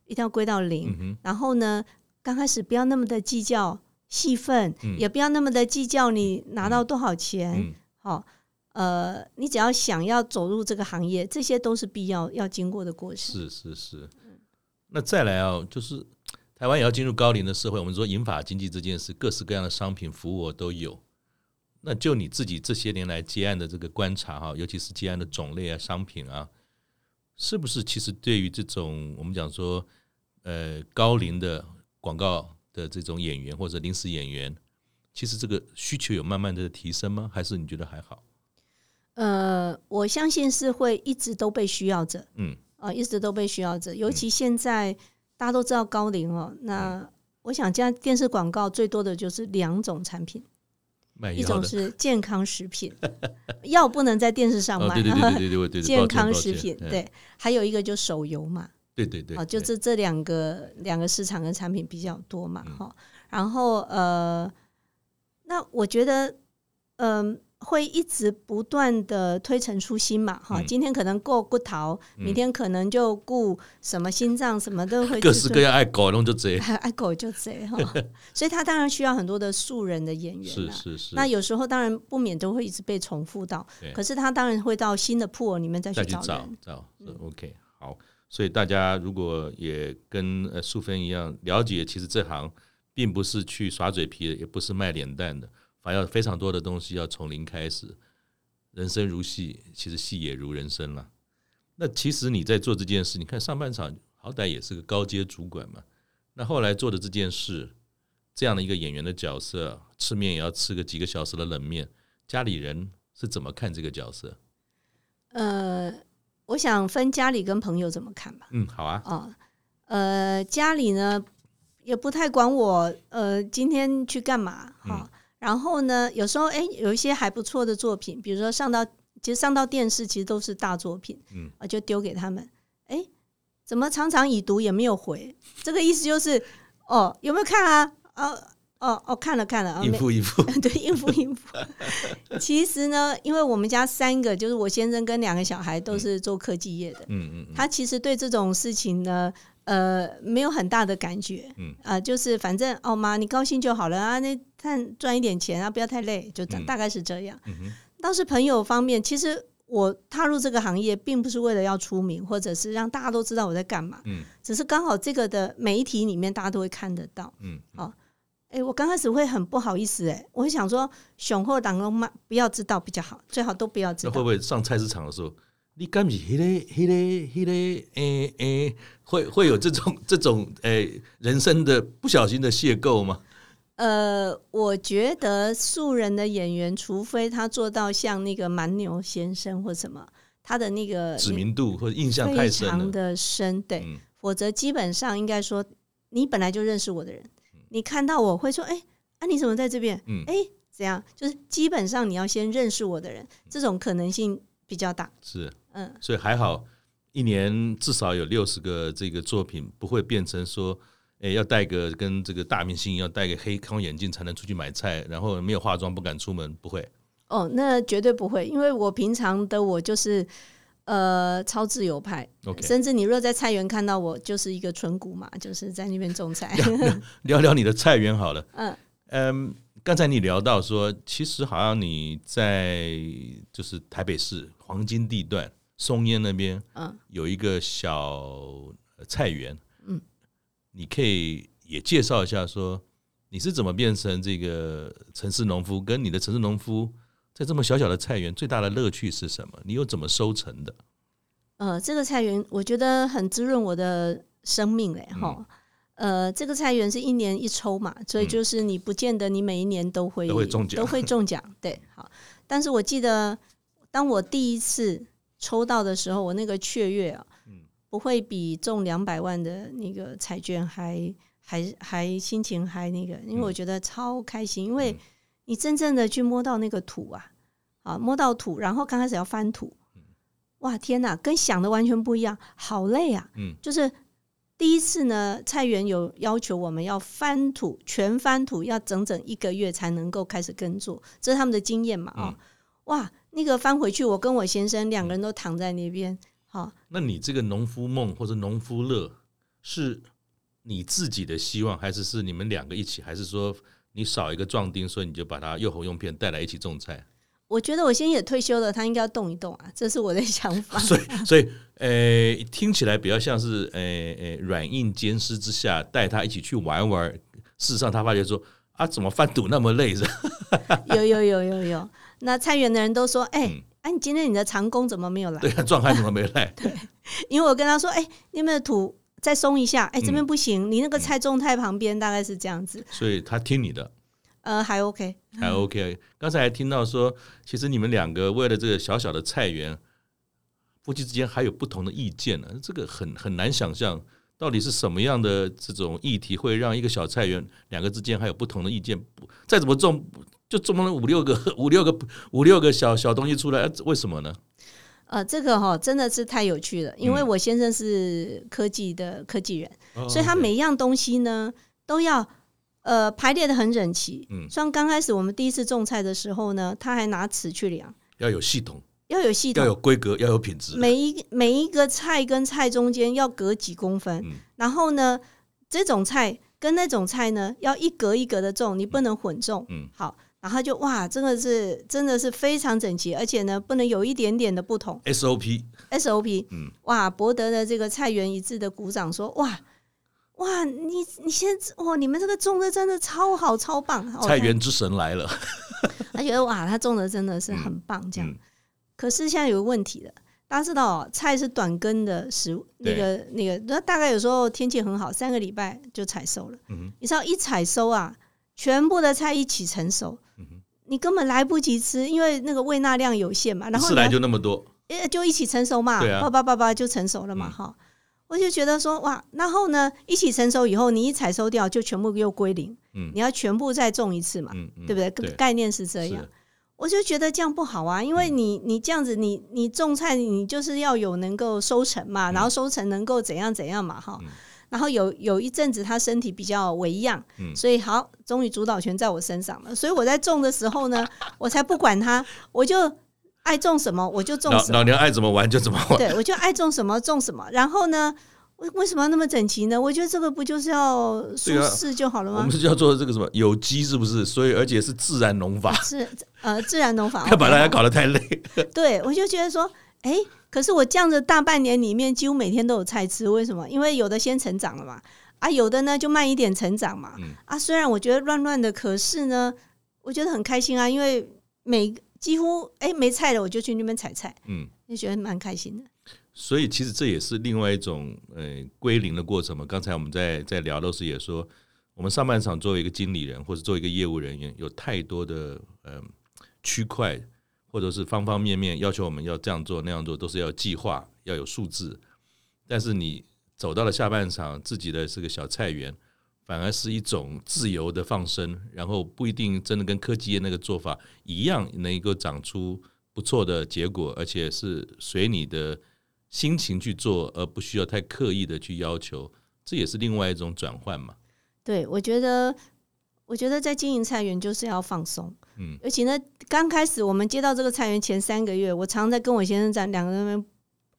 Speaker 3: 一定要归到零。
Speaker 2: 嗯哼
Speaker 3: 然后呢，刚开始不要那么的计较戏份，
Speaker 2: 嗯
Speaker 3: 也不要那么的计较你拿到多少钱。
Speaker 2: 嗯
Speaker 3: 好、呃，你只要想要走入这个行业，这些都是必要要经过的过程。
Speaker 2: 是是是。那再来啊，就是台湾也要进入高龄的社会，我们说银发经济这件事，各式各样的商品服务我都有。那就你自己这些年来接案的这个观察哈、尤其是接案的种类啊、商品啊，是不是其实对于这种我们讲说呃高龄的广告的这种演员或者临时演员，其实这个需求有慢慢的提升吗？还是你觉得还好？
Speaker 3: 呃，我相信是会一直都被需要着。
Speaker 2: 嗯嗯
Speaker 3: 呃，一直都被需要着，尤其现在大家都知道高龄哦，那。我想这样电视广告最多的就是两种产品，
Speaker 2: 卖
Speaker 3: 一
Speaker 2: 药
Speaker 3: 种
Speaker 2: 哎的。
Speaker 3: 是健康食品， (laughs) 药不能在电视上
Speaker 2: 哦，
Speaker 3: 卖，
Speaker 2: 对对对对对对对对，
Speaker 3: 健
Speaker 2: 抱歉
Speaker 3: 康
Speaker 2: 抱
Speaker 3: 食
Speaker 2: 歉
Speaker 3: 品，
Speaker 2: 嗯
Speaker 3: 对，还有一个就手游嘛，
Speaker 2: 对对对，
Speaker 3: 啊，就
Speaker 2: 对
Speaker 3: 这这两个两个市场跟产品比较多嘛，
Speaker 2: 嗯
Speaker 3: 哈、然后呃，那我觉得，嗯、会一直不断的推陈出新嘛，哈、
Speaker 2: 嗯
Speaker 3: 今天可能过骨头，
Speaker 2: 嗯
Speaker 3: 明天可能就顾什么心脏什么都会
Speaker 2: 各
Speaker 3: 去
Speaker 2: 式
Speaker 3: 做
Speaker 2: 各
Speaker 3: (laughs)
Speaker 2: 样爱搞弄就贼，
Speaker 3: 爱爱狗就贼哈，
Speaker 2: (laughs)
Speaker 3: 所以他当然需要很多的素人的演员
Speaker 2: 是
Speaker 3: 啦。
Speaker 2: 是是，
Speaker 3: 那有时候当然不免都会一直被重复到
Speaker 2: 对，
Speaker 3: 可是他当然会到新的铺里面再去
Speaker 2: 再去
Speaker 3: 找
Speaker 2: 找
Speaker 3: 人。嗯
Speaker 2: 找是 OK 好，所以大家如果也跟呃素芬一样了解，其实这行并不是去耍嘴皮的，也不是卖脸蛋的，反而有非常多的东西要从零开始。人生如戏，其实戏也如人生了。那其实你在做这件事，你看上半场好歹也是个高阶主管嘛，那后来做的这件事，这样的一个演员的角色，吃面也要吃个几个小时的冷面，家里人是怎么看这个角色？
Speaker 3: 呃，我想分家里跟朋友怎么看吧。
Speaker 2: 嗯，好啊，
Speaker 3: 啊、呃，家里呢也不太管我，呃，今天去干嘛哈、然后呢，有时候哎，有一些还不错的作品，比如说上到其实上到电视，其实都是大作品，
Speaker 2: 嗯
Speaker 3: 啊，就丢给他们，哎，怎么常常已读也没有回？这个意思就是，哦，有没有看啊？哦哦哦，看了看了，啊，
Speaker 2: 应
Speaker 3: 没
Speaker 2: 付应
Speaker 3: (laughs)
Speaker 2: 付。
Speaker 3: 对，
Speaker 2: (laughs)
Speaker 3: 应付应付。其实呢，因为我们家三个，就是我先生跟两个小孩都是做科技业的，
Speaker 2: 嗯嗯嗯，
Speaker 3: 他其实对这种事情呢，呃，没有很大的感觉，
Speaker 2: 嗯，
Speaker 3: 啊，就是反正哦妈，你高兴就好了啊，那看赚一点钱啊，不要太累，就大
Speaker 2: 嗯
Speaker 3: 大概是这样。
Speaker 2: 嗯哼，
Speaker 3: 倒是朋友方面，其实我踏入这个行业，并不是为了要出名，或者是让大家都知道我在干嘛，
Speaker 2: 嗯
Speaker 3: 只是刚好这个的媒体里面大家都会看得到。
Speaker 2: 嗯
Speaker 3: 哎，我刚开始会很不好意思，哎，我会想说，雄厚党工妈不要知道比较好，最好都不要知
Speaker 2: 那会
Speaker 3: 道
Speaker 2: 不。会上菜市场的时候，你干不是迄个、迄个、迄个？诶诶，会会有这
Speaker 3: (laughs)
Speaker 2: 种这种诶人生的不小心的邂逅吗？
Speaker 3: 呃，我觉得素人的演员，除非他做到像那个蛮牛先生或什么，他的那个
Speaker 2: 知名度或者印象太
Speaker 3: 呃非
Speaker 2: 深
Speaker 3: 常
Speaker 2: 了。
Speaker 3: 的深，对，
Speaker 2: 嗯
Speaker 3: 否则基本上应该说，你本来就认识我的人，你看到我会说，哎、啊，你怎么在这边？
Speaker 2: 嗯，
Speaker 3: 哎、怎样？就是基本上你要先认识我的人，这种可能性比较大。
Speaker 2: 是，
Speaker 3: 嗯，
Speaker 2: 所以还好，一年至少有六十个这个作品，不会变成说。诶，要戴个跟这个大明星一样，戴个黑框眼镜才能出去买菜，然后没有化妆不敢出门，不会。
Speaker 3: 哦，那绝对不会，因为我平常的我就是呃超自由派
Speaker 2: OK
Speaker 3: 甚至你若在菜园看到我，就是一个纯谷嘛，就是在那边种菜。
Speaker 2: 聊聊你的菜园好了。
Speaker 3: 嗯
Speaker 2: 嗯，刚才你聊到说，其实好像你在就是台北市黄金地段松烟那边
Speaker 3: 嗯，
Speaker 2: 有一个小呃菜园，嗯，你可以也介绍一下说你是怎么变成这个城市农夫，跟你的城市农夫在这么小小的菜园最大的乐趣是什么？你又怎么收成的？
Speaker 3: 呃，这个菜园我觉得很滋润我的生命嘞，
Speaker 2: 嗯
Speaker 3: 哈、呃，这个菜园是一年一抽嘛，所以
Speaker 2: 嗯
Speaker 3: 就是你不见得你每一年都会
Speaker 2: 都会中奖
Speaker 3: 都会中奖，对，好。但是我记得，当我第一次抽到的时候，我那个雀跃啊，
Speaker 2: 嗯
Speaker 3: 不会比中两百万的那个彩券还还还心情还那个，
Speaker 2: 嗯
Speaker 3: 因为我觉得超开心，因为你真正的去摸到那个土啊，啊，摸到土，然后刚开始要翻土，哇，天哪，跟想的完全不一样，好累啊，
Speaker 2: 嗯，
Speaker 3: 就是。第一次呢，菜园有要求我们要翻土，全翻土，要整整一个月才能够开始耕作，这是他们的经验嘛啊、
Speaker 2: 嗯
Speaker 3: 哇，那个翻回去，我跟我先生两个人都躺在那边，好、
Speaker 2: 那你这个农夫梦或者农夫乐，是你自己的希望，还是是你们两个一起，还是说你少一个壮丁，所以你就把他诱猴用片带来一起种菜？
Speaker 3: 我觉得我现在也退休了，他应该要动一动啊，这是我的 (laughs) 想法。
Speaker 2: 所以，所以，呃，听起来比较像是，呃呃，软硬兼施之下，带他一起去玩玩。事实上，他发觉说啊，怎么翻赌那么累是吧？
Speaker 3: 有有有有有，那菜园的人都说，哎、
Speaker 2: 啊嗯
Speaker 3: 哎、你今天你的长工怎么没有来
Speaker 2: 对？啊，壮汉怎么没来？
Speaker 3: 因为我跟他说，哎、你们的土再松一下，
Speaker 2: 嗯
Speaker 3: 哎、这边不行，你那个菜种太旁边，大概是这样子，
Speaker 2: 所以他听你的，
Speaker 3: 呃，还 OK。
Speaker 2: 还 OK。刚才还听到说，其实你们两个为了这个小小啊的菜园，夫妻之间还有不同的意见呢、这个很很难想象。到底是什么样的这种议题会让一个小菜园两个之间还有不同的意见？不再怎么种，就种了五六个、 (laughs) 五六个、五六个小小东西出来，啊为什么呢？
Speaker 3: 呃，这个哈、真的是太有趣了，因为
Speaker 2: 嗯
Speaker 3: 我先生是科技的科技人，
Speaker 2: 哦
Speaker 3: 所以他
Speaker 2: OK
Speaker 3: 每一样东西呢都要呃排列的很整齐。
Speaker 2: 嗯
Speaker 3: 像刚开始我们第一次种菜的时候呢，他还拿尺去量，
Speaker 2: 要有系统，
Speaker 3: 要有系
Speaker 2: 要
Speaker 3: 统，
Speaker 2: 有规格，要有品质。
Speaker 3: 每一每一个菜跟菜中间要隔几公分，
Speaker 2: 嗯
Speaker 3: 然后呢，这种菜跟那种菜呢要一格一格的种，你不能混种。
Speaker 2: 嗯
Speaker 3: 好，然后就哇，这个是真的是非常整齐，而且呢不能有一点点的不同。
Speaker 2: ，SOP，
Speaker 3: SOP，
Speaker 2: 嗯，
Speaker 3: 哇，博得的这个菜园一致的鼓掌说，哇哇，你你现在哇，你们这个种的真的超好，超棒，哦好
Speaker 2: 菜园之神来了。 (laughs)
Speaker 3: 他觉得哇，他种的真的是很棒，这样。
Speaker 2: 嗯
Speaker 3: 可是现在有个问题了，大家知道、哦、菜是短根的食物，那
Speaker 2: 对
Speaker 3: 个那个，那大概有时候天气很好，三个礼拜就采收了。
Speaker 2: 嗯
Speaker 3: 你知道一采收啊，全部的菜一起成熟，
Speaker 2: 哼，嗯
Speaker 3: 你根本来不及吃，因为那个喂纳量有限嘛。然
Speaker 2: 哼，
Speaker 3: 后
Speaker 2: 是
Speaker 3: 你
Speaker 2: 来
Speaker 3: 要
Speaker 2: 就那么多，
Speaker 3: 呃，就一起成熟嘛，
Speaker 2: 对啊
Speaker 3: 叭叭叭叭就成熟了嘛，
Speaker 2: 嗯
Speaker 3: 哈、我就觉得说哇，然后呢，一起成熟以后，你一采收掉就全部又归零，
Speaker 2: 嗯
Speaker 3: 你要全部再种一次嘛，
Speaker 2: 嗯嗯，
Speaker 3: 对不对？
Speaker 2: 对，
Speaker 3: 概念是这
Speaker 2: 是
Speaker 3: 样，我就觉得这样不好啊，因
Speaker 2: 嗯
Speaker 3: 为你你这样子，你你种菜，你就是要有能够收成嘛，然后收成能够怎样怎样嘛，哈、
Speaker 2: 嗯
Speaker 3: 然后有有一阵子他身体比较微恙，
Speaker 2: 嗯
Speaker 3: 所以好，终于主导权在我身上了。所以我在种的时候呢，我才不管他，我就爱种什么我就种
Speaker 2: 老
Speaker 3: 什么
Speaker 2: 老。娘爱怎么玩就怎么玩。
Speaker 3: 对，我就爱种什么种什么。然后呢，为为什么要那么整齐呢？我觉得这个不就是要舒
Speaker 2: 对啊
Speaker 3: 适就好了
Speaker 2: 我
Speaker 3: 吗
Speaker 2: 们？是叫做这个什么有机，是不是？所以而且是自然农法， (laughs)
Speaker 3: 是呃，自然农法
Speaker 2: 不要把大家
Speaker 3: OK
Speaker 2: 搞得太累。
Speaker 3: 好对，我就觉得说，哎、可是我这样子大半年里面，几乎每天都有菜吃，为什么？因为有的先成长了嘛，啊，有的呢就慢一点成长嘛，
Speaker 2: 嗯
Speaker 3: 啊，虽然我觉得乱乱的，可是呢，我觉得很开心啊，因为每几乎哎、没菜了，我就去那边采菜，
Speaker 2: 嗯，
Speaker 3: 就觉得蛮开心的。
Speaker 2: 所以其实这也是另外一种呃归零的过程嘛。刚才我们在在聊的时候也说，我们上半场作为一个经理人或者作为一个业务人员，有太多的呃区块或者是方方面面要求我们要这样做那样做，都是要计划要有数字。但是你走到了下半场，自己的这个小菜园，反而是一种自由的放生，然后不一定真的跟科技业那个做法一样，能够长出不错的结果，而且是随你的心情去做，而不需要太刻意的去要求，这也是另外一种转换嘛。
Speaker 3: 对，我觉得，我觉得在经营菜园就是要放松。
Speaker 2: 嗯
Speaker 3: 尤其呢，刚开始我们接到这个菜园前三个月，我常在跟我先生在两个人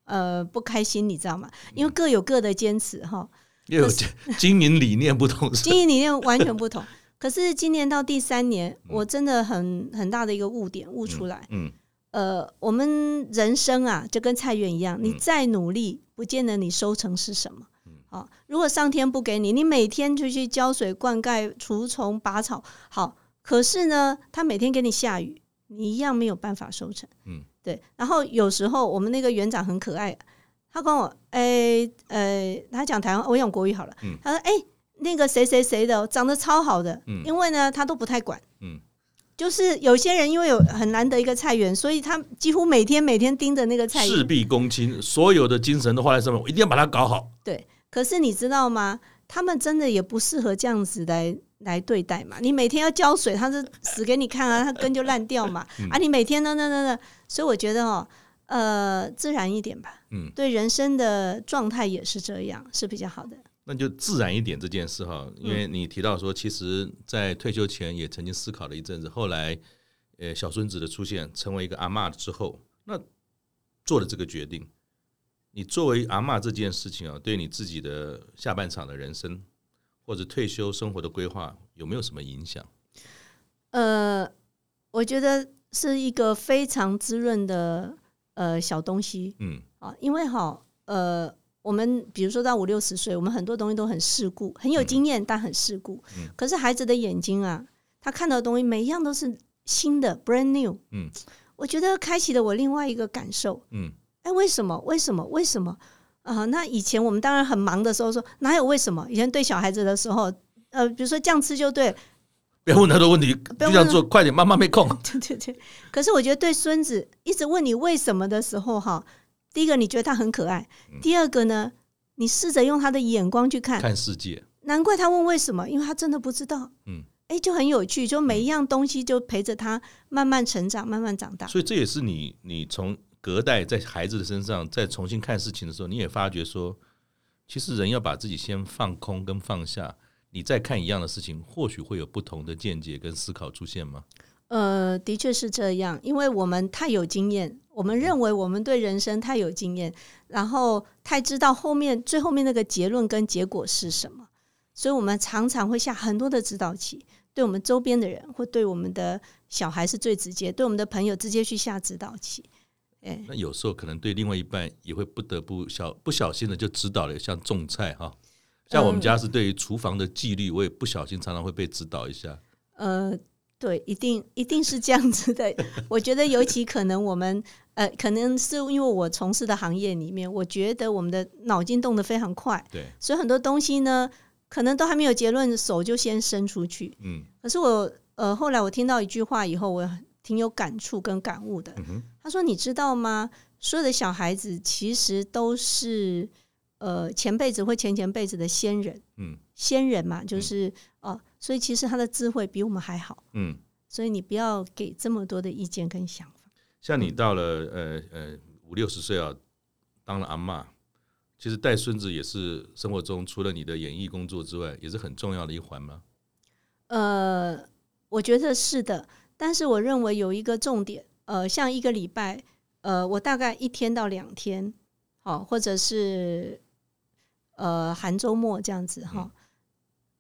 Speaker 3: 呃不开心，你知道吗？因
Speaker 2: 嗯
Speaker 3: 为各有各的坚持哈，
Speaker 2: 又有
Speaker 3: 可是
Speaker 2: 经经营理念不同，是吧
Speaker 3: 经营理念完全不
Speaker 2: (laughs)
Speaker 3: 同。可是今年到第三年，我真的很很大的一个误点悟出来，
Speaker 2: 嗯
Speaker 3: 呃，我们人生啊，就跟菜园一样，你
Speaker 2: 嗯
Speaker 3: 再努力，不见得你收成是什么
Speaker 2: 嗯。
Speaker 3: 好、如果上天不给你，你每天就去浇水、灌溉、除虫、拔草，好，可是呢，他每天给你下雨，你一样没有办法收成。
Speaker 2: 嗯，
Speaker 3: 对。然后有时候我们那个园长很可爱，他跟我，哎、呃，他讲台湾，我用国语好了。
Speaker 2: 嗯
Speaker 3: 他说，哎、那个谁谁谁的长得超好的，
Speaker 2: 嗯
Speaker 3: 因为呢，他都不太管。
Speaker 2: 嗯
Speaker 3: 就是有些人因为有很难得一个菜园，所以他几乎每天每天盯着那个菜
Speaker 2: 事
Speaker 3: 园。
Speaker 2: 必躬亲，所有的精神都花在上面，我一定要把它搞好。
Speaker 3: 对，可是你知道吗？他们真的也不适合这样子来来对待嘛。你每天要浇水，他是死给你看啊，他根就烂掉嘛。啊，你每天呢呢呢呢，所以我觉得哦，呃，自然一点吧。
Speaker 2: 嗯
Speaker 3: 对人生的状态也是这样，是比较好的。
Speaker 2: 那就自然一点这件事哈，因为你提到说，其实，在退休前也曾经思考了一阵子，后来，呃，小孙子的出现，成为一个阿嬷之后，那做了这个决定，你作为阿嬷这件事情啊，对你自己的下半场的人生或者退休生活的规划有没有什么影响？
Speaker 3: 呃，我觉得是一个非常滋润的呃小东西。
Speaker 2: 嗯
Speaker 3: 啊，因为哈，呃，我们比如说到五六十岁，我们很多东西都很世故，很有经验，但很世故。
Speaker 2: 嗯
Speaker 3: 可是孩子的眼睛啊，他看到的东西每一样都是新的，brand new。
Speaker 2: 嗯
Speaker 3: 我觉得开启了我另外一个感受，
Speaker 2: 嗯
Speaker 3: 哎，为什么？为什么？为什么？啊、那以前我们当然很忙的时候说哪有为什么？以前对小孩子的时候，呃，比如说这样吃就对，
Speaker 2: 不要问太多问题，
Speaker 3: 要
Speaker 2: 就这样做，快点，妈妈没空。
Speaker 3: (laughs) 对对对。可是我觉得对孙子一直问你为什么的时候，哈，第一个你觉得他很可爱，第二个呢，你试着用他的眼光去看，
Speaker 2: 看世界，
Speaker 3: 难怪他问为什么，因为他真的不知道。
Speaker 2: 嗯，
Speaker 3: 哎、就很有趣，就每一样东西就陪着他慢慢成长，慢慢长大。
Speaker 2: 所以这也是你你从隔代在孩子的身上再重新看事情的时候，你也发觉说，其实人要把自己先放空跟放下，你再看一样的事情，或许会有不同的见解跟思考出现吗？
Speaker 3: 呃，的确是这样，因为我们太有经验，我们认为我们对人生太有经验，然后太知道后面最后面那个结论跟结果是什么，所以我们常常会下很多的指导棋，对我们周边的人或对我们的小孩是最直接，对我们的朋友直接去下指导棋。哎，
Speaker 2: 那有时候可能对另外一半也会不得不小不小心的就指导了，像种菜哈。像我们家是对于厨房的纪律，我也不小心常常会被指导一下。
Speaker 3: 呃，对，一定一定是这样子的。我觉得，尤其可能我们呃，可能是因为我从事的行业里面，我觉得我们的脑筋动得非常快，
Speaker 2: 对，
Speaker 3: 所以很多东西呢，可能都还没有结论，手就先伸出去。
Speaker 2: 嗯
Speaker 3: 可是我呃，后来我听到一句话以后，我挺有感触跟感悟的。
Speaker 2: 嗯哼，
Speaker 3: 他说：“你知道吗？所有的小孩子其实都是呃前辈子或前前辈子的先人，
Speaker 2: 嗯
Speaker 3: 先人嘛，就是哦、所以其实他的智慧比我们还好。”
Speaker 2: 嗯，
Speaker 3: 所以你不要给这么多的意见跟想法。
Speaker 2: 像你到了呃呃五六十岁啊，当了阿嬷，其实带孙子也是生活中除了你的演艺工作之外，也是很重要的一环嘛。
Speaker 3: 呃，我觉得是的，但是我认为有一个重点，呃，像一个礼拜，呃，我大概一天到两天，好、或者是呃寒周末这样子哈。
Speaker 2: 嗯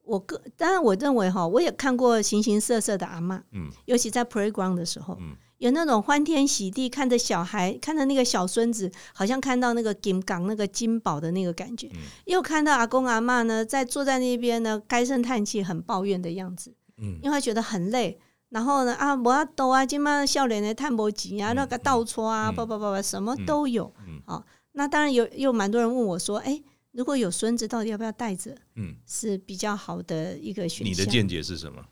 Speaker 3: 我个当然我认为哈，我也看过形形色色的阿嬷，
Speaker 2: 嗯
Speaker 3: 尤其在 playground 的时候，
Speaker 2: 嗯
Speaker 3: 有那种欢天喜地看着小孩，看着那个小孙子，好像看到那个金港那个金宝的那个感觉；
Speaker 2: 嗯
Speaker 3: 也有看到阿公阿嬷呢，在坐在那边呢，唉声叹气，很抱怨的样子，
Speaker 2: 嗯
Speaker 3: 因为他觉得很累。然后呢，啊，我要抖啊，今嘛笑脸的探波吉啊，
Speaker 2: 嗯
Speaker 3: 那个倒戳啊，
Speaker 2: 嗯
Speaker 3: 叭叭叭叭，什么都有。
Speaker 2: 嗯
Speaker 3: 那当然有，也有蛮多人问我说，哎，如果有孙子，到底要不要带着
Speaker 2: 嗯，
Speaker 3: 是比较好的一个选项？
Speaker 2: 你的见解是什么？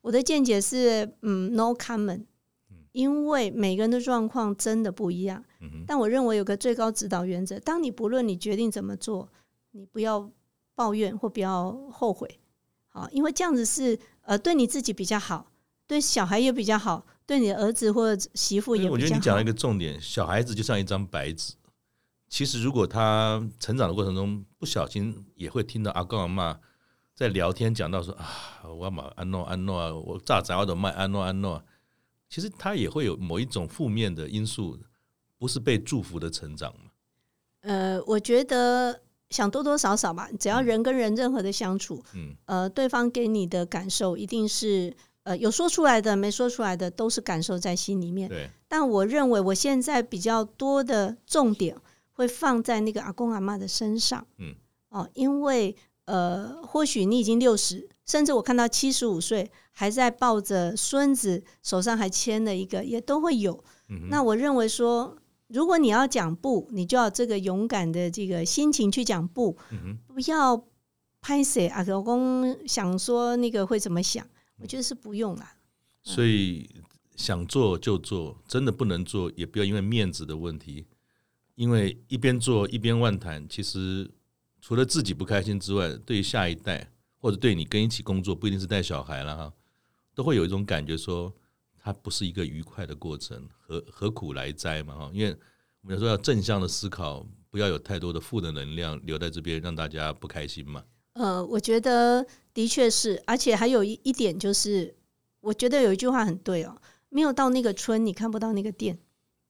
Speaker 3: 我的见解是，嗯，no comment，
Speaker 2: 嗯
Speaker 3: 因为每个人的状况真的不一样。
Speaker 2: 嗯哼，
Speaker 3: 但我认为有个最高指导原则：当你不论你决定怎么做，你不要抱怨或不要后悔，好，因为这样子是呃对你自己比较好，对小孩也比较好，对你的儿子或者媳妇也比较好。
Speaker 2: 我觉得你讲了一个重点，小孩子就像一张白纸。其实，如果他成长的过程中不小心也会听到阿公阿妈在聊天讲到说啊，我要买安诺安诺啊，我炸杂我都卖安诺安诺啊。其实他也会有某一种负面的因素，不是被祝福的成长嘛。
Speaker 3: 呃，我觉得想多多少少吧，只要人跟人任何的相处，
Speaker 2: 嗯
Speaker 3: 呃，对方给你的感受一定是呃有说出来的，没说出来的都是感受在心里面。
Speaker 2: 对，
Speaker 3: 但我认为我现在比较多的重点会放在那个阿公阿妈的身上，
Speaker 2: 嗯，
Speaker 3: 哦，因为呃，或许你已经六十，甚至我看到七十五岁还在抱着孙子，手上还牵了一个，也都会有。
Speaker 2: 嗯哼，
Speaker 3: 那我认为说，如果你要讲不，你就要这个勇敢的这个心情去讲不，
Speaker 2: 嗯哼，
Speaker 3: 不要拍谁阿公想说那个会怎么想，我觉得是不用啦。
Speaker 2: 所以想做就做，真的不能做也不要因为面子的问题，因为一边做一边乱谈，其实除了自己不开心之外，对于下一代或者对你跟一起工作，不一定是带小孩了哈，都会有一种感觉说，它不是一个愉快的过程，何何苦来哉嘛哈？因为我们说要正向的思考，不要有太多的负的能量留在这边，让大家不开心嘛。
Speaker 3: 呃，我觉得的确是，而且还有一一点就是，我觉得有一句话很对哦，没有到那个村，你看不到那个店。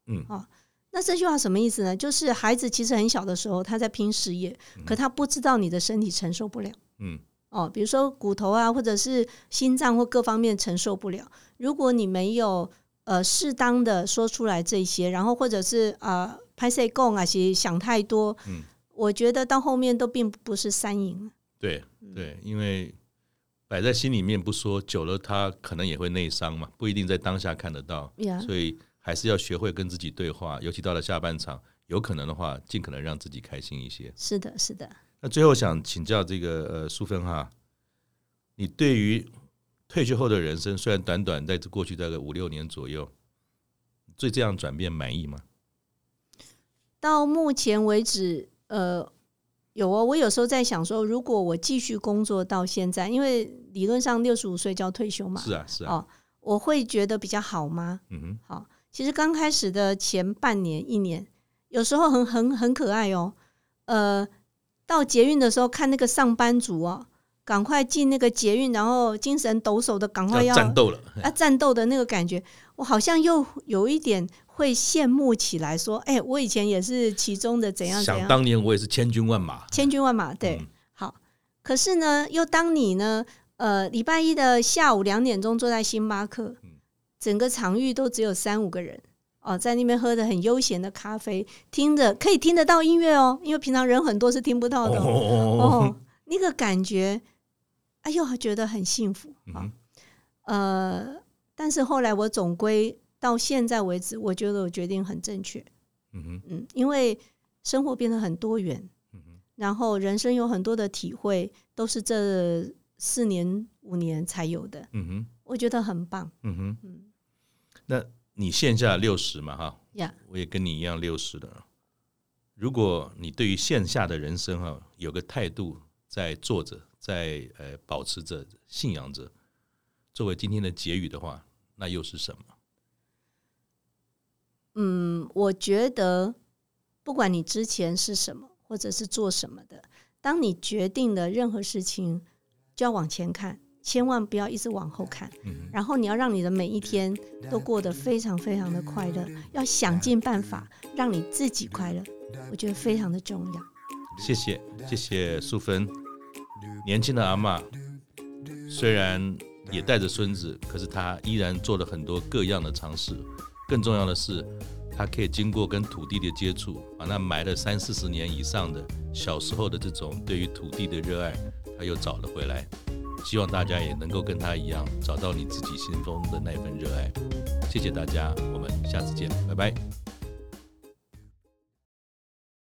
Speaker 2: 嗯
Speaker 3: 哦，那这句话什么意思呢？就是孩子其实很小的时候，他在拼事业，可他不知道你的身体承受不了。
Speaker 2: 嗯
Speaker 3: 哦，比如说骨头啊，或者是心脏或各方面承受不了。如果你没有呃适当的说出来这些，然后或者是啊拍摄供啊，其实想太多，
Speaker 2: 嗯
Speaker 3: 我觉得到后面都并不是三赢。
Speaker 2: 对
Speaker 3: 嗯
Speaker 2: 对，因为摆在心里面不说，久了他可能也会内伤嘛，不一定在当下看得到
Speaker 3: Yeah
Speaker 2: 所以还是要学会跟自己对话，尤其到了下半场，有可能的话，尽可能让自己开心一些。
Speaker 3: 是的，是的，
Speaker 2: 那最后想请教这个呃淑芬哈，你对于退休后的人生，虽然短短在这过去大概五六年左右，对这样转变满意吗？
Speaker 3: 到目前为止，呃，有哦，我有时候在想说，如果我继续工作到现在，因为理论上六十五岁就要退休嘛，
Speaker 2: 是啊是啊，
Speaker 3: 哦，我会觉得比较好吗？
Speaker 2: 嗯哼，
Speaker 3: 好，其实刚开始的前半年、一年，有时候很很很可爱哦。呃，到捷运的时候看那个上班族哦，赶快进那个捷运，然后精神抖擞的赶快
Speaker 2: 要
Speaker 3: 要
Speaker 2: 战斗了，
Speaker 3: 啊战斗的那个感觉，我好像又有一点会羡慕起来，说，哎、我以前也是其中的怎样怎
Speaker 2: 想
Speaker 3: 样，
Speaker 2: 当年我也是千军万马，
Speaker 3: 千军万马，对，
Speaker 2: 嗯
Speaker 3: 好。可是呢，又当你呢，呃，礼拜一的下午两点钟坐在星巴克
Speaker 2: 嗯，
Speaker 3: 整个场域都只有三五个人哦，在那边喝着很悠闲的咖啡，听着可以听得到音乐哦，因为平常人很多是听不到
Speaker 2: 哦
Speaker 3: 的哦，
Speaker 2: 哦哦，
Speaker 3: 那个感觉，哎呦，觉得很幸福
Speaker 2: 嗯
Speaker 3: 啊、
Speaker 2: 哼
Speaker 3: 呃，但是后来我总归到现在为止，我觉得我决定很正确，
Speaker 2: 嗯哼
Speaker 3: 嗯，因为生活变得很多元，
Speaker 2: 嗯哼
Speaker 3: 然后人生有很多的体会，都是这四年五年才有的，
Speaker 2: 嗯哼
Speaker 3: 我觉得很棒。
Speaker 2: 嗯哼，
Speaker 3: 嗯，
Speaker 2: 那你线下六十嘛哈，
Speaker 3: 呀、
Speaker 2: 我也跟你一样六十的。如果你对于线下的人生啊有个态度，在做着，在呃保持着信仰着，作为今天的结语的话，那又是什么？
Speaker 3: 嗯，我觉得不管你之前是什么，或者是做什么的，当你决定了任何事情，就要往前看，千万不要一直往后看。
Speaker 2: 嗯
Speaker 3: 然后你要让你的每一天都过得非常非常的快乐，要想尽办法让你自己快乐，我觉得非常的重要。
Speaker 2: 哼，谢谢谢谢淑芬，年轻的阿嬷虽然也带着孙子，可是她依然做了很多各样的尝试。更重要的是，她可以经过跟土地的接触，把那埋了三四十年以上的小时候的这种对于土地的热爱，她又找了回来。希望大家也能够跟她一样，找到你自己心中的那份热爱。谢谢大家，我们下次见，拜拜。